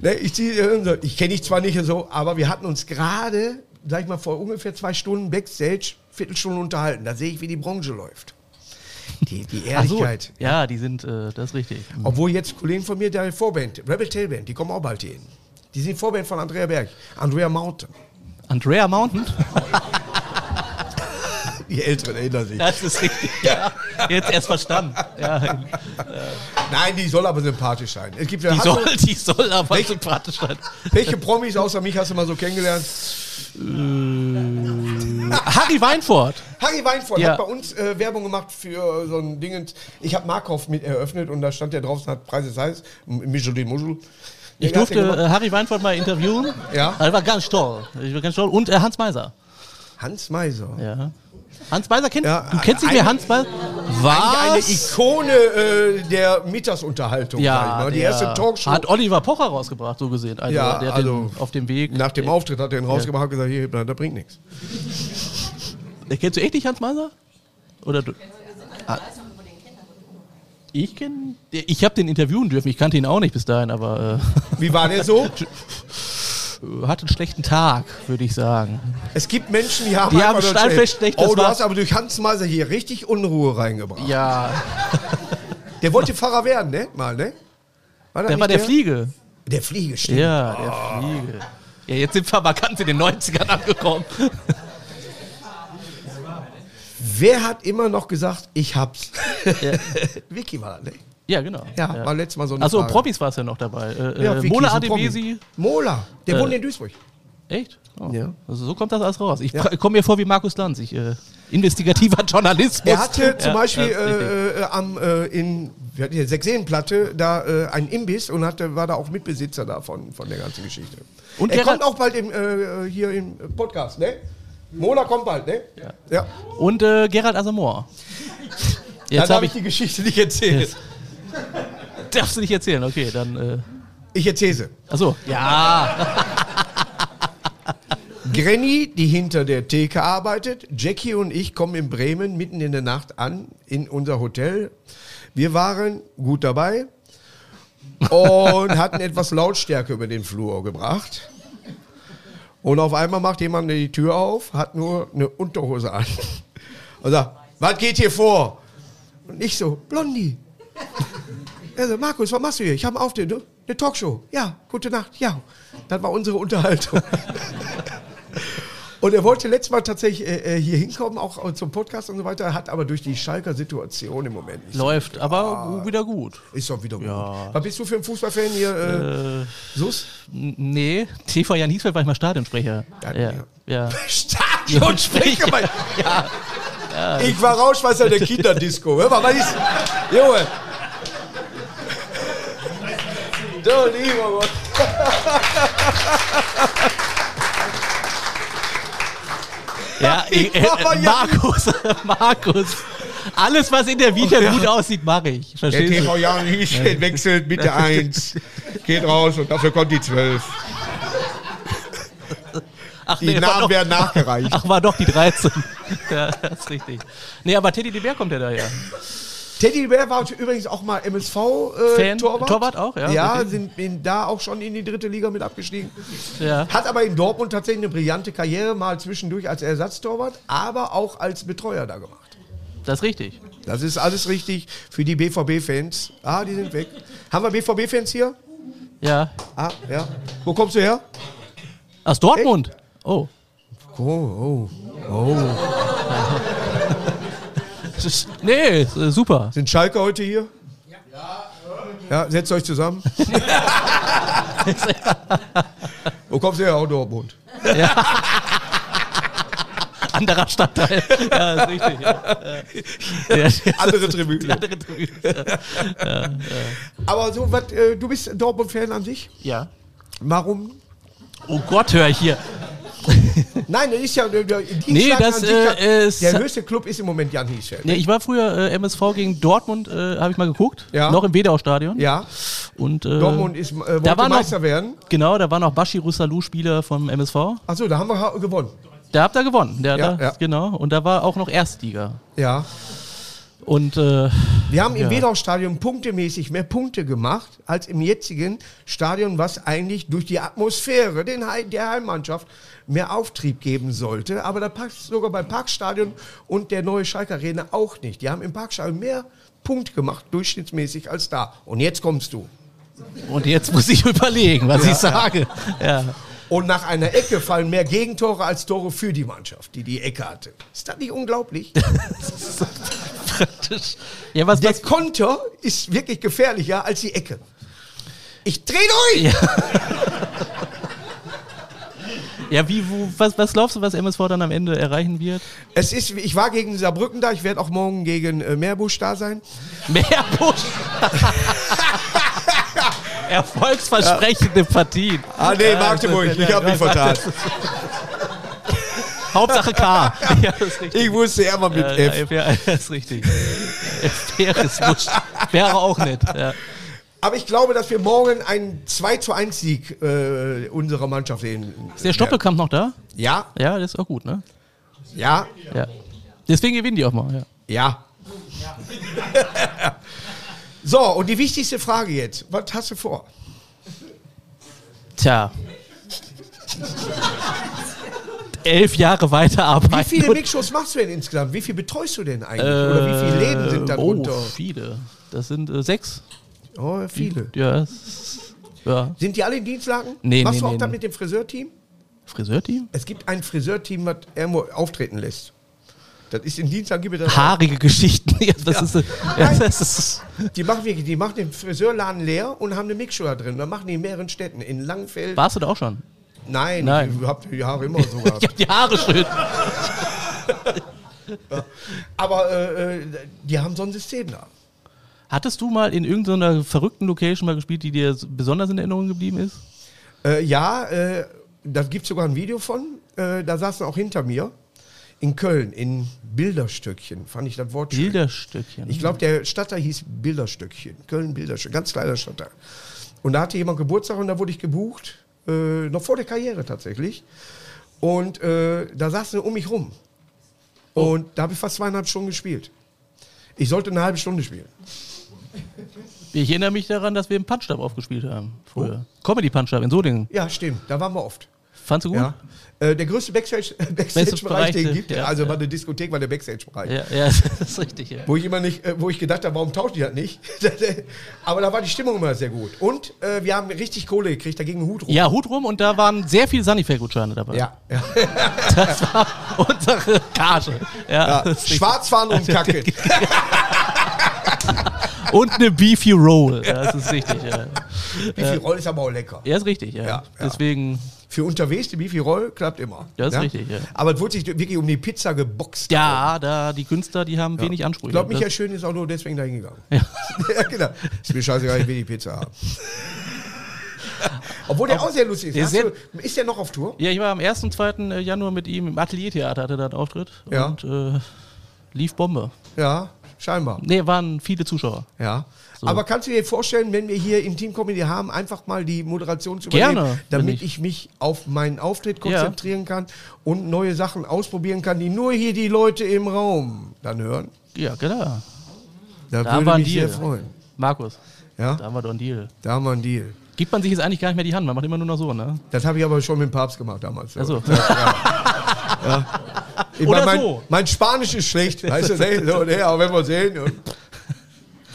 Speaker 3: Ne, ich zieh- äh, ich kenne dich zwar nicht und so, aber wir hatten uns gerade, sag ich mal, vor ungefähr zwei Stunden Backstage, Viertelstunde unterhalten. Da sehe ich, wie die Branche läuft. Die, die
Speaker 2: Ach so,
Speaker 3: Ehrlichkeit.
Speaker 2: ja, die sind, äh, das ist richtig.
Speaker 3: Mhm. Obwohl jetzt Kollegen von mir, der Vorband, Rebel Tail Band, die kommen auch bald hierhin. Die sind Vorband von Andrea Berg, Andrea Mountain.
Speaker 2: Andrea Mountain?
Speaker 3: Die Älteren erinnern sich.
Speaker 2: Das ist richtig. Ja. Jetzt erst verstanden. Ja,
Speaker 3: Nein, die soll aber sympathisch sein. Es gibt ja,
Speaker 2: die,
Speaker 3: hast du-
Speaker 2: soll, die soll aber
Speaker 3: Welche-
Speaker 2: sympathisch sein.
Speaker 3: welche Promis außer mich hast du mal so kennengelernt?
Speaker 2: Äh, Harry Weinfurt.
Speaker 3: Harry Weinfurt
Speaker 2: Ja.
Speaker 3: hat bei uns äh, Werbung gemacht für äh, so ein Dingens. Ich habe Markov mit eröffnet und da stand der drauf und hat Preis ist heiß. M- Michel de Muschel.
Speaker 2: Ich
Speaker 3: Der hat
Speaker 2: durfte
Speaker 3: den gemacht.
Speaker 2: äh, Harry Weinfurt mal interviewen.
Speaker 3: Ja.
Speaker 2: Er war ganz toll. Ich war ganz toll. Und äh, Hans Meiser.
Speaker 3: Hans Meiser.
Speaker 2: Ja. Hans Meiser kennt
Speaker 3: Ja,
Speaker 2: du kennst nicht mehr
Speaker 3: ein-
Speaker 2: Hans Meiser?
Speaker 3: Eine
Speaker 2: Was?
Speaker 3: Ikone äh, der Mittagsunterhaltung. sag ich
Speaker 2: Ja,
Speaker 3: mal. die
Speaker 2: der
Speaker 3: erste Talkshow.
Speaker 2: Hat Oliver Pocher rausgebracht, so gesehen. Also,
Speaker 3: Ja,
Speaker 2: der hat
Speaker 3: also-
Speaker 2: den auf dem Weg.
Speaker 3: Nach dem Auftritt hat er ihn rausgemacht und gesagt, hier, das bringt nichts.
Speaker 2: Äh, Kennst du echt nicht Hans Meiser? Oder du? Ah. Ich kenne. Ich habe den interviewen dürfen. Ich kannte ihn auch nicht bis dahin, aber
Speaker 3: Wie war der so?
Speaker 2: äh, hatte einen schlechten Tag, würde ich sagen.
Speaker 3: Es gibt Menschen, die haben
Speaker 2: Die haben
Speaker 3: einfach nur
Speaker 2: Steinfest
Speaker 3: erzählt,
Speaker 2: schlecht, das
Speaker 3: Oh, du
Speaker 2: war-
Speaker 3: hast aber durch Hans Meiser hier richtig Unruhe reingebracht.
Speaker 2: Ja,
Speaker 3: Der wollte Pfarrer werden, ne? Mal, ne? das
Speaker 2: der
Speaker 3: nicht
Speaker 2: war der Fliege.
Speaker 3: Der Fliege, stimmt.
Speaker 2: Ja, der Fliege. Oh. Ja, jetzt sind wir mal ganz in den 90ern angekommen.
Speaker 3: Wer hat immer noch gesagt, ich hab's?
Speaker 2: Ja.
Speaker 3: Vicky war, das, ne?
Speaker 2: Ja, genau.
Speaker 3: Ja, war letztes Mal so eine
Speaker 2: Achso,
Speaker 3: Frage.
Speaker 2: Promis war es ja noch dabei. Äh,
Speaker 3: Ja,
Speaker 2: äh,
Speaker 3: Vicky
Speaker 2: Mola
Speaker 3: ist ein Promi.
Speaker 2: Adebesi.
Speaker 3: Mola, der
Speaker 2: Äh,
Speaker 3: wohnt in Duisburg.
Speaker 2: Echt? Oh.
Speaker 3: Ja.
Speaker 2: Also so kommt das alles raus. Ich
Speaker 3: Ja.
Speaker 2: fra- komme mir vor wie Markus Lanz. Ich, äh, investigativer Journalismus.
Speaker 3: Er hatte zum
Speaker 2: Ja,
Speaker 3: Beispiel
Speaker 2: das ist richtig.
Speaker 3: äh, äh, am, äh, in wir hatten hier Sechseenplatte da äh, einen Imbiss und hatte, war da auch Mitbesitzer davon, von der ganzen Geschichte.
Speaker 2: Und
Speaker 3: er
Speaker 2: Gerhard-
Speaker 3: kommt auch bald im, äh, hier im Podcast, ne? Mola kommt bald, ne? Ja.
Speaker 2: Und äh, Gerald Asamoah. Jetzt
Speaker 3: Dann
Speaker 2: habe
Speaker 3: habe ich
Speaker 2: ich.
Speaker 3: die Geschichte nicht erzählt.
Speaker 2: Darfst du nicht erzählen, okay, dann. Äh,
Speaker 3: Ich erzähle sie.
Speaker 2: achso. Ja.
Speaker 3: Granny, die hinter der Theke arbeitet. Jackie und ich kommen in Bremen mitten in der Nacht an in unser Hotel. Wir waren gut dabei und hatten etwas Lautstärke über den Flur gebracht. Und auf einmal macht jemand die Tür auf, hat nur eine Unterhose an und sagt, was geht hier vor? Und ich so, Blondie. Er so, Markus, was machst du hier? Ich habe einen Auftritt, ne? eine Talkshow. Ja, gute Nacht, ja. Das war unsere Unterhaltung. Und er wollte letztes Mal tatsächlich äh, äh, hier hinkommen, auch äh, zum Podcast und so weiter, hat aber durch die Schalker Situation im Moment nicht.
Speaker 2: Läuft,
Speaker 3: Ah.
Speaker 2: aber gu- wieder gut.
Speaker 3: Ist doch wieder gut. Was bist du für ein Fußballfan hier? Äh, Sus?
Speaker 2: N nee, TV Jan Hiesfeld war ich mal Stadionsprecher.
Speaker 3: Ja,
Speaker 2: ja. ja.
Speaker 3: Stadionsprecher. mein- ich war Rauschmeister der Kinderdisco. Hör mal, was ist. Junge. Du lieber Gott.
Speaker 2: Ja, ich, äh,
Speaker 3: war
Speaker 2: äh,
Speaker 3: ja-
Speaker 2: Markus, Markus. Alles, was in der Vita gut aussieht, mache ich.
Speaker 3: Der
Speaker 2: Verstehst du?
Speaker 3: TV Jan Hiesfeld wechselt mit der 1. Geht raus und dafür kommt die 12.
Speaker 2: Ach,
Speaker 3: Die
Speaker 2: war doch,
Speaker 3: Namen werden nachgereicht.
Speaker 2: ach, war doch die 13. ja, das ist richtig. Nee, aber Teddy de Bär kommt ja daher.
Speaker 3: Teddy Bär war übrigens auch mal
Speaker 2: Fan,
Speaker 3: MSV-Torwart.
Speaker 2: Torwart auch, ja,
Speaker 3: äh, Ja,
Speaker 2: richtig.
Speaker 3: sind in, da auch schon in die dritte Liga mit abgestiegen.
Speaker 2: Ja.
Speaker 3: Hat aber in Dortmund tatsächlich eine brillante Karriere, mal zwischendurch als Ersatztorwart, aber auch als Betreuer da gemacht.
Speaker 2: Das ist richtig.
Speaker 3: Das ist alles richtig für die BVB-Fans. Ah, die sind weg. Haben wir BVB-Fans hier?
Speaker 2: Ja.
Speaker 3: Ah, ja. Wo kommst du her?
Speaker 2: Aus Dortmund. Oh.
Speaker 3: Oh, oh.
Speaker 2: Das ist- Nee, ist, äh, super.
Speaker 3: Sind Schalke heute hier? Ja. Ja, setzt euch zusammen. Wo kommst du her? Auch Dortmund.
Speaker 2: Anderer Stadtteil. Ja, ist richtig. Ja. Ja, ja,
Speaker 3: Andere Tribüne.
Speaker 2: andere Tribüne.
Speaker 3: Aber so, was, äh, du bist Dortmund-Fan an sich?
Speaker 2: ja.
Speaker 3: Warum?
Speaker 2: Oh Gott, höre ich hier.
Speaker 3: Nein, das ist ja äh, der die
Speaker 2: Nee,
Speaker 3: Schlagen
Speaker 2: das,
Speaker 3: an sich
Speaker 2: äh,
Speaker 3: ja-
Speaker 2: ist-
Speaker 3: der höchste Club ist im Moment Jan Hiesfeld.
Speaker 2: Nee, ich war früher äh, MSV gegen Dortmund, äh, habe ich mal geguckt.
Speaker 3: Ja.
Speaker 2: Noch im Wedau-Stadion.
Speaker 3: Ja,
Speaker 2: Und, äh,
Speaker 3: Dortmund ist äh, wollte
Speaker 2: da war noch-
Speaker 3: Meister werden.
Speaker 2: Genau, da war noch Bashi Russalu Spieler vom MSV.
Speaker 3: Achso, da haben wir ha- gewonnen.
Speaker 2: Da habt ihr gewonnen. Der,
Speaker 3: Ja,
Speaker 2: da,
Speaker 3: ja.
Speaker 2: Genau. Und da war auch noch Erstliga.
Speaker 3: Ja.
Speaker 2: Und äh,
Speaker 3: Wir haben im
Speaker 2: Ja.
Speaker 3: Wedau-Stadion punktemäßig mehr Punkte gemacht als im jetzigen Stadion, was eigentlich durch die Atmosphäre den Hei- der Heimmannschaft mehr Auftrieb geben sollte. Aber da passt sogar beim Parkstadion und der neue Schalke Arena auch nicht. Die haben im Parkstadion mehr Punkt gemacht, durchschnittsmäßig, als da. Und jetzt kommst du.
Speaker 2: und jetzt muss ich überlegen, was ich sage. Ja.
Speaker 3: Und nach einer Ecke fallen mehr Gegentore als Tore für die Mannschaft, die die Ecke hatte. Ist das nicht unglaublich?
Speaker 2: Praktisch. Ja, was,
Speaker 3: Der
Speaker 2: was,
Speaker 3: Konter ist wirklich gefährlicher als die Ecke. Ich dreh durch!
Speaker 2: ja wie, wo, was, was glaubst du, was MSV dann am Ende erreichen wird?
Speaker 3: Es ist, ich war gegen Saarbrücken da, ich werde auch morgen gegen äh, Meerbusch da sein.
Speaker 2: Mehr Busch. Erfolgsversprechende Partien.
Speaker 3: Ah nee, Magdeburg, ich habe mich vertan.
Speaker 2: Hauptsache K. Ja, das ist richtig.
Speaker 3: Ich wusste ja immer mit
Speaker 2: Ja, F,
Speaker 3: F.
Speaker 2: ja, das ist richtig. F wäre es wurscht. Wäre auch nicht. Ja.
Speaker 3: Aber ich glaube, dass wir morgen einen 2 zu 1 Sieg äh, unserer Mannschaft sehen.
Speaker 2: Ist der Stoppelkampf noch da?
Speaker 3: Ja,
Speaker 2: Ja, das ist auch gut, ne?
Speaker 3: ja,
Speaker 2: Ja. Deswegen gewinnen die auch mal, ja.
Speaker 3: ja. so, und die wichtigste Frage jetzt. Was hast du vor?
Speaker 2: Tja. Elf Jahre
Speaker 3: Wie
Speaker 2: weiterarbeiten.
Speaker 3: viele
Speaker 2: und-
Speaker 3: Mixshows machst du denn insgesamt? Wie viel betreust du denn eigentlich? Oder wie viele Läden sind da
Speaker 2: Äh, oh,
Speaker 3: drunter?
Speaker 2: viele. Das sind äh, sechs.
Speaker 3: Oh, viele.
Speaker 2: Ja. es- ja.
Speaker 3: Sind die alle in Dienstlagen?
Speaker 2: Nee,
Speaker 3: Machst
Speaker 2: nee,
Speaker 3: du auch
Speaker 2: nee,
Speaker 3: das
Speaker 2: nee.
Speaker 3: mit dem Friseurteam?
Speaker 2: Friseurteam?
Speaker 3: Es gibt ein Friseurteam, was irgendwo auftreten lässt. Das ist in Dienstag gibt es das.
Speaker 2: Haarige Geschichten. Ja, das ist, äh, ja, das ist,
Speaker 3: Die machen wirklich, die machen den Friseurladen leer und haben eine Mixshow da drin. Da machen die in mehreren Städten. In Langfeld.
Speaker 2: warst du da auch schon?
Speaker 3: Nein,
Speaker 2: Nein.
Speaker 3: ich hab die Haare immer so gehabt.
Speaker 2: Ich hab die Haare schön.
Speaker 3: Aber äh, äh, die haben so ein System da.
Speaker 2: Hattest du mal in irgendeiner verrückten Location mal gespielt, die dir so besonders in Erinnerung geblieben ist?
Speaker 3: Äh, ja, äh, da gibt es sogar ein Video von. Äh, da saßen auch hinter mir. In Köln, in Bilderstöckchen, fand ich das Wort schön.
Speaker 2: Bilderstöckchen.
Speaker 3: Ich glaube, der Stadtteil hieß Bilderstöckchen. Köln Bilderstöckchen, ganz kleiner Stadtteil. Und da hatte jemand Geburtstag und da wurde ich gebucht, äh, noch vor der Karriere tatsächlich. Und äh, da saßen um mich rum. Und da habe ich fast zweieinhalb Stunden gespielt. Ich sollte eine halbe Stunde spielen.
Speaker 2: ich erinnere mich daran, dass wir im Punch-Up aufgespielt haben früher.
Speaker 3: Oh.
Speaker 2: Comedy Punch-Up in Solingen.
Speaker 3: Ja, stimmt, da waren wir oft.
Speaker 2: Fandst du gut?
Speaker 3: Ja. Äh, der größte Backstage- Backstage-Bereich,
Speaker 2: Backstage-Bereich,
Speaker 3: Backstage den gibt,
Speaker 2: ja,
Speaker 3: also
Speaker 2: ja.
Speaker 3: war eine Diskothek, war der Backstage-Bereich.
Speaker 2: ja, ja, das ist richtig. Ja.
Speaker 3: Wo ich immer nicht, äh, wo ich gedacht habe, warum tauscht die das nicht? Aber da war die Stimmung immer sehr gut. Und äh, wir haben richtig Kohle gekriegt, da ging ein Hut rum.
Speaker 2: ja, Hut rum und da waren sehr viele Sunnyfair-Gutscheine dabei.
Speaker 3: Ja, ja.
Speaker 2: Das war unsere Gage. Ja, das ist richtig.
Speaker 3: Schwarzfahren und Kacke.
Speaker 2: Und eine Beefy Roll. Ja, das ist richtig. Ja,
Speaker 3: Bifi Roll ist aber auch lecker.
Speaker 2: ja ist richtig. Ja.
Speaker 3: Ja, ja.
Speaker 2: Deswegen,
Speaker 3: Für unterwegs, die Bifi Roll klappt immer.
Speaker 2: Ja, ist richtig, ja.
Speaker 3: Aber es wurde sich wirklich um die Pizza geboxt.
Speaker 2: ja, da die Künstler, die haben wenig Ansprüche.
Speaker 3: Ich glaube,
Speaker 2: Das-
Speaker 3: Michael Schön ist auch nur deswegen dahin gegangen. ja, genau. Ist mir scheißegal, ich will die Pizza haben. Obwohl der auch sehr lustig
Speaker 2: Der
Speaker 3: ist. Hast
Speaker 2: sehr-
Speaker 3: du, ist der noch auf Tour?
Speaker 2: Ja, ich war am 1. und 2. Januar mit ihm im Ateliertheater, hatte da einen Auftritt.
Speaker 3: Ja.
Speaker 2: Und äh, lief Bombe.
Speaker 3: Ja, scheinbar.
Speaker 2: Nee, waren viele Zuschauer.
Speaker 3: Ja. Aber kannst du dir vorstellen, wenn wir hier im Team Comedy haben, einfach mal die Moderation zu
Speaker 2: Gerne, wenn
Speaker 3: damit
Speaker 2: ich-
Speaker 3: ich mich auf meinen Auftritt konzentrieren kann und neue Sachen ausprobieren kann, die nur hier die Leute im Raum dann hören?
Speaker 2: Ja, klar.
Speaker 3: Da,
Speaker 2: Da haben wir
Speaker 3: würde
Speaker 2: einen
Speaker 3: mich sehr
Speaker 2: Deal.
Speaker 3: freuen.
Speaker 2: Markus, da
Speaker 3: Ja,
Speaker 2: haben wir doch einen Deal.
Speaker 3: da haben wir einen Deal.
Speaker 2: Gibt man sich jetzt eigentlich gar nicht mehr die Hand, man macht immer nur noch so, ne?
Speaker 3: Das habe ich aber schon mit dem Papst gemacht damals.
Speaker 2: Also,
Speaker 3: ich
Speaker 2: Oder
Speaker 3: mein,
Speaker 2: so.
Speaker 3: Mein Spanisch ist schlecht, weißt du, ne? so, ne? aber wenn wir sehen. Und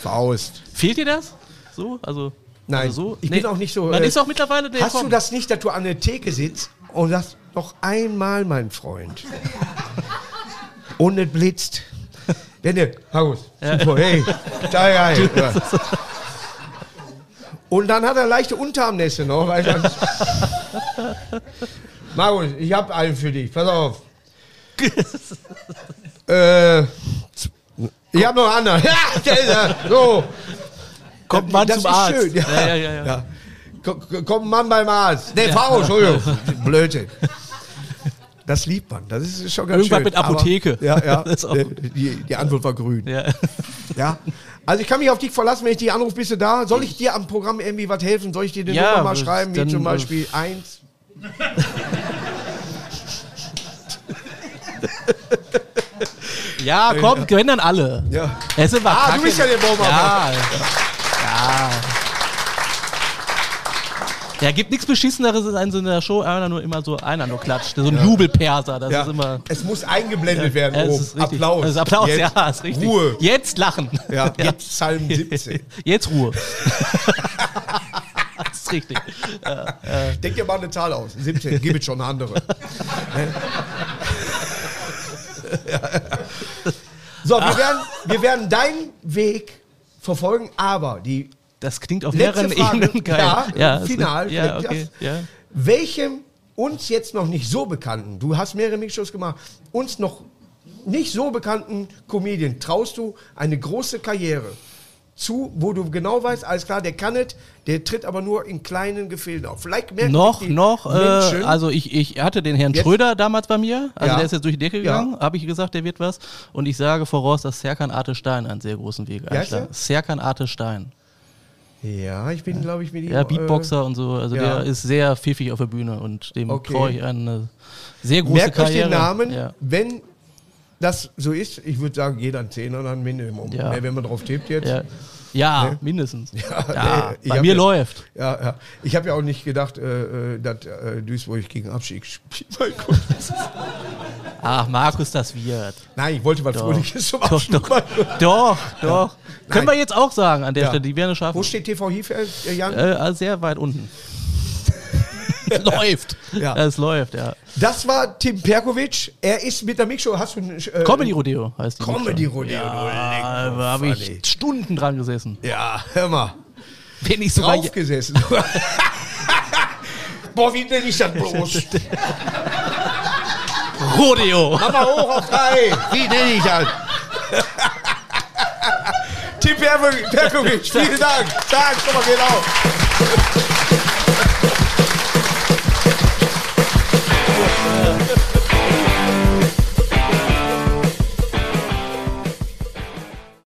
Speaker 3: Faust.
Speaker 2: fehlt dir das? So? Also,
Speaker 3: Nein,
Speaker 2: also so?
Speaker 3: ich bin auch nicht so,
Speaker 2: Man
Speaker 3: äh,
Speaker 2: ist auch mittlerweile der.
Speaker 3: Hast du das nicht, dass du an der Theke sitzt und sagst, noch einmal, mein Freund? und es blitzt. Denne, Haus, super, hey, da, ja, hey. Ja. Und dann hat er leichte Unterarmnässe noch. Weil dann Markus, ich hab einen für dich, pass auf. äh, ich hab noch einen anderen. Ja, der ist er. so.
Speaker 2: Kommt man
Speaker 3: das
Speaker 2: zum
Speaker 3: ist
Speaker 2: Arzt.
Speaker 3: schön, ja.
Speaker 2: Ja, ja, ja, ja.
Speaker 3: Ja. Ko- ko- Komm, Mann beim Arzt. Nee, Frau, Entschuldigung. Blöde. Das liebt man. Das ist schon ganz
Speaker 2: Irgendwas
Speaker 3: schön.
Speaker 2: mit Apotheke.
Speaker 3: Aber, ja, ja.
Speaker 2: Das ist auch
Speaker 3: Äh,
Speaker 2: gut.
Speaker 3: Die, die Antwort war grün.
Speaker 2: Ja.
Speaker 3: Ja. Also ich kann mich auf dich verlassen, wenn ich dich anrufe, bist du da. Soll ich dir am Programm irgendwie was helfen? Soll ich dir eine
Speaker 2: Ja,
Speaker 3: Nummer mal
Speaker 2: das-
Speaker 3: schreiben, wie
Speaker 2: dann,
Speaker 3: zum
Speaker 2: äh,
Speaker 3: Beispiel eins?
Speaker 2: Ja, komm, wenn dann alle.
Speaker 3: Ja.
Speaker 2: Essen war
Speaker 3: Ah,
Speaker 2: kacke.
Speaker 3: du bist ja der Baumeister.
Speaker 2: Ja. ja. Ja, gibt nichts Beschisseneres in so einer Show, einer nur immer so einer nur klatscht. So ein Jubelperser, das
Speaker 3: Ja.
Speaker 2: ist immer.
Speaker 3: Es muss eingeblendet werden.
Speaker 2: Ja,
Speaker 3: oben.
Speaker 2: das ist richtig.
Speaker 3: Applaus.
Speaker 2: Das ist Applaus,
Speaker 3: Jetzt
Speaker 2: ja, ist richtig.
Speaker 3: Ruhe.
Speaker 2: Jetzt lachen.
Speaker 3: Ja, jetzt Psalm 17.
Speaker 2: Jetzt Ruhe. das ist richtig.
Speaker 3: Denk dir mal eine Zahl aus. 17, gibt es schon eine andere. Ne? so, wir werden, wir werden deinen Weg verfolgen, aber die,
Speaker 2: Das klingt auf
Speaker 3: Letzte
Speaker 2: mehreren
Speaker 3: Frage.
Speaker 2: Ebenen geil.
Speaker 3: Ja,
Speaker 2: das
Speaker 3: final.
Speaker 2: Ist, ja, okay. Ja.
Speaker 3: welchem uns jetzt noch nicht so bekannten, du hast mehrere Mixshows gemacht, uns noch nicht so bekannten Comedian traust du eine große Karriere zu, wo du genau weißt, alles klar, der kann es, der tritt aber nur in kleinen Gefilden auf. Vielleicht merken
Speaker 2: Noch,
Speaker 3: sich die
Speaker 2: noch, äh,
Speaker 3: Menschen,
Speaker 2: also ich, ich hatte den Herrn
Speaker 3: Jetzt-
Speaker 2: Schröder damals bei mir, also
Speaker 3: Ja.
Speaker 2: der ist jetzt durch die Decke
Speaker 3: Ja.
Speaker 2: gegangen, habe ich gesagt, der wird was. Und ich sage voraus, dass Serkan Arte Stein einen sehr großen Weg
Speaker 3: heißt
Speaker 2: einschlägt.
Speaker 3: er?
Speaker 2: Serkan Arte Stein.
Speaker 3: Ja, ich bin, glaube ich, mit ihm.
Speaker 2: Ja, Beatboxer und so, also
Speaker 3: ja.
Speaker 2: der ist sehr pfiffig auf der Bühne und dem
Speaker 3: Okay.
Speaker 2: traue ich eine sehr
Speaker 3: Äh,
Speaker 2: große
Speaker 3: merkt euch
Speaker 2: Karriere.
Speaker 3: den Namen,
Speaker 2: Ja.
Speaker 3: wenn das so ist. Ich würde sagen, jeder ein Zehner, dann Minimum.
Speaker 2: Ja.
Speaker 3: Ne, wenn man drauf tippt jetzt.
Speaker 2: Ja, ja mindestens. Ja,
Speaker 3: nee, ich
Speaker 2: bei
Speaker 3: hab
Speaker 2: mir
Speaker 3: jetzt-
Speaker 2: läuft.
Speaker 3: Ja, ja. Ich habe ja auch nicht gedacht, äh, äh, dass äh, Duisburg gegen Abstieg spielt. Mein Gott.
Speaker 2: Ach, Markus, das wird.
Speaker 3: Nein, ich wollte was Fröhliches zum
Speaker 2: Doch,
Speaker 3: Abschied.
Speaker 2: doch, doch. doch. Können wir jetzt auch sagen an der
Speaker 3: Ja.
Speaker 2: Stelle, die werden es schaffen.
Speaker 3: Wo steht TV Hiefeld, äh, Jan?
Speaker 2: Äh, also sehr weit unten. läuft.
Speaker 3: Ja.
Speaker 2: Es läuft, ja.
Speaker 3: Das war Tim Perkovic. Er ist mit der Mixshow. Hast du einen, äh,
Speaker 2: Comedy Rodeo heißt die.
Speaker 3: Comedy
Speaker 2: Show.
Speaker 3: Rodeo.
Speaker 2: Ja,
Speaker 3: du
Speaker 2: da habe
Speaker 3: leck mich,
Speaker 2: ich Stunden dran gesessen.
Speaker 3: Ja, hör mal.
Speaker 2: Wenn ich sogar. je-
Speaker 3: Draufgesessen. Boah, wie nenne ich das bloß?
Speaker 2: Rodeo!
Speaker 3: Mama hoch auf drei. Wie nenne ich das? Tim Perkovic, vielen Dank. Danke, schon mal genau.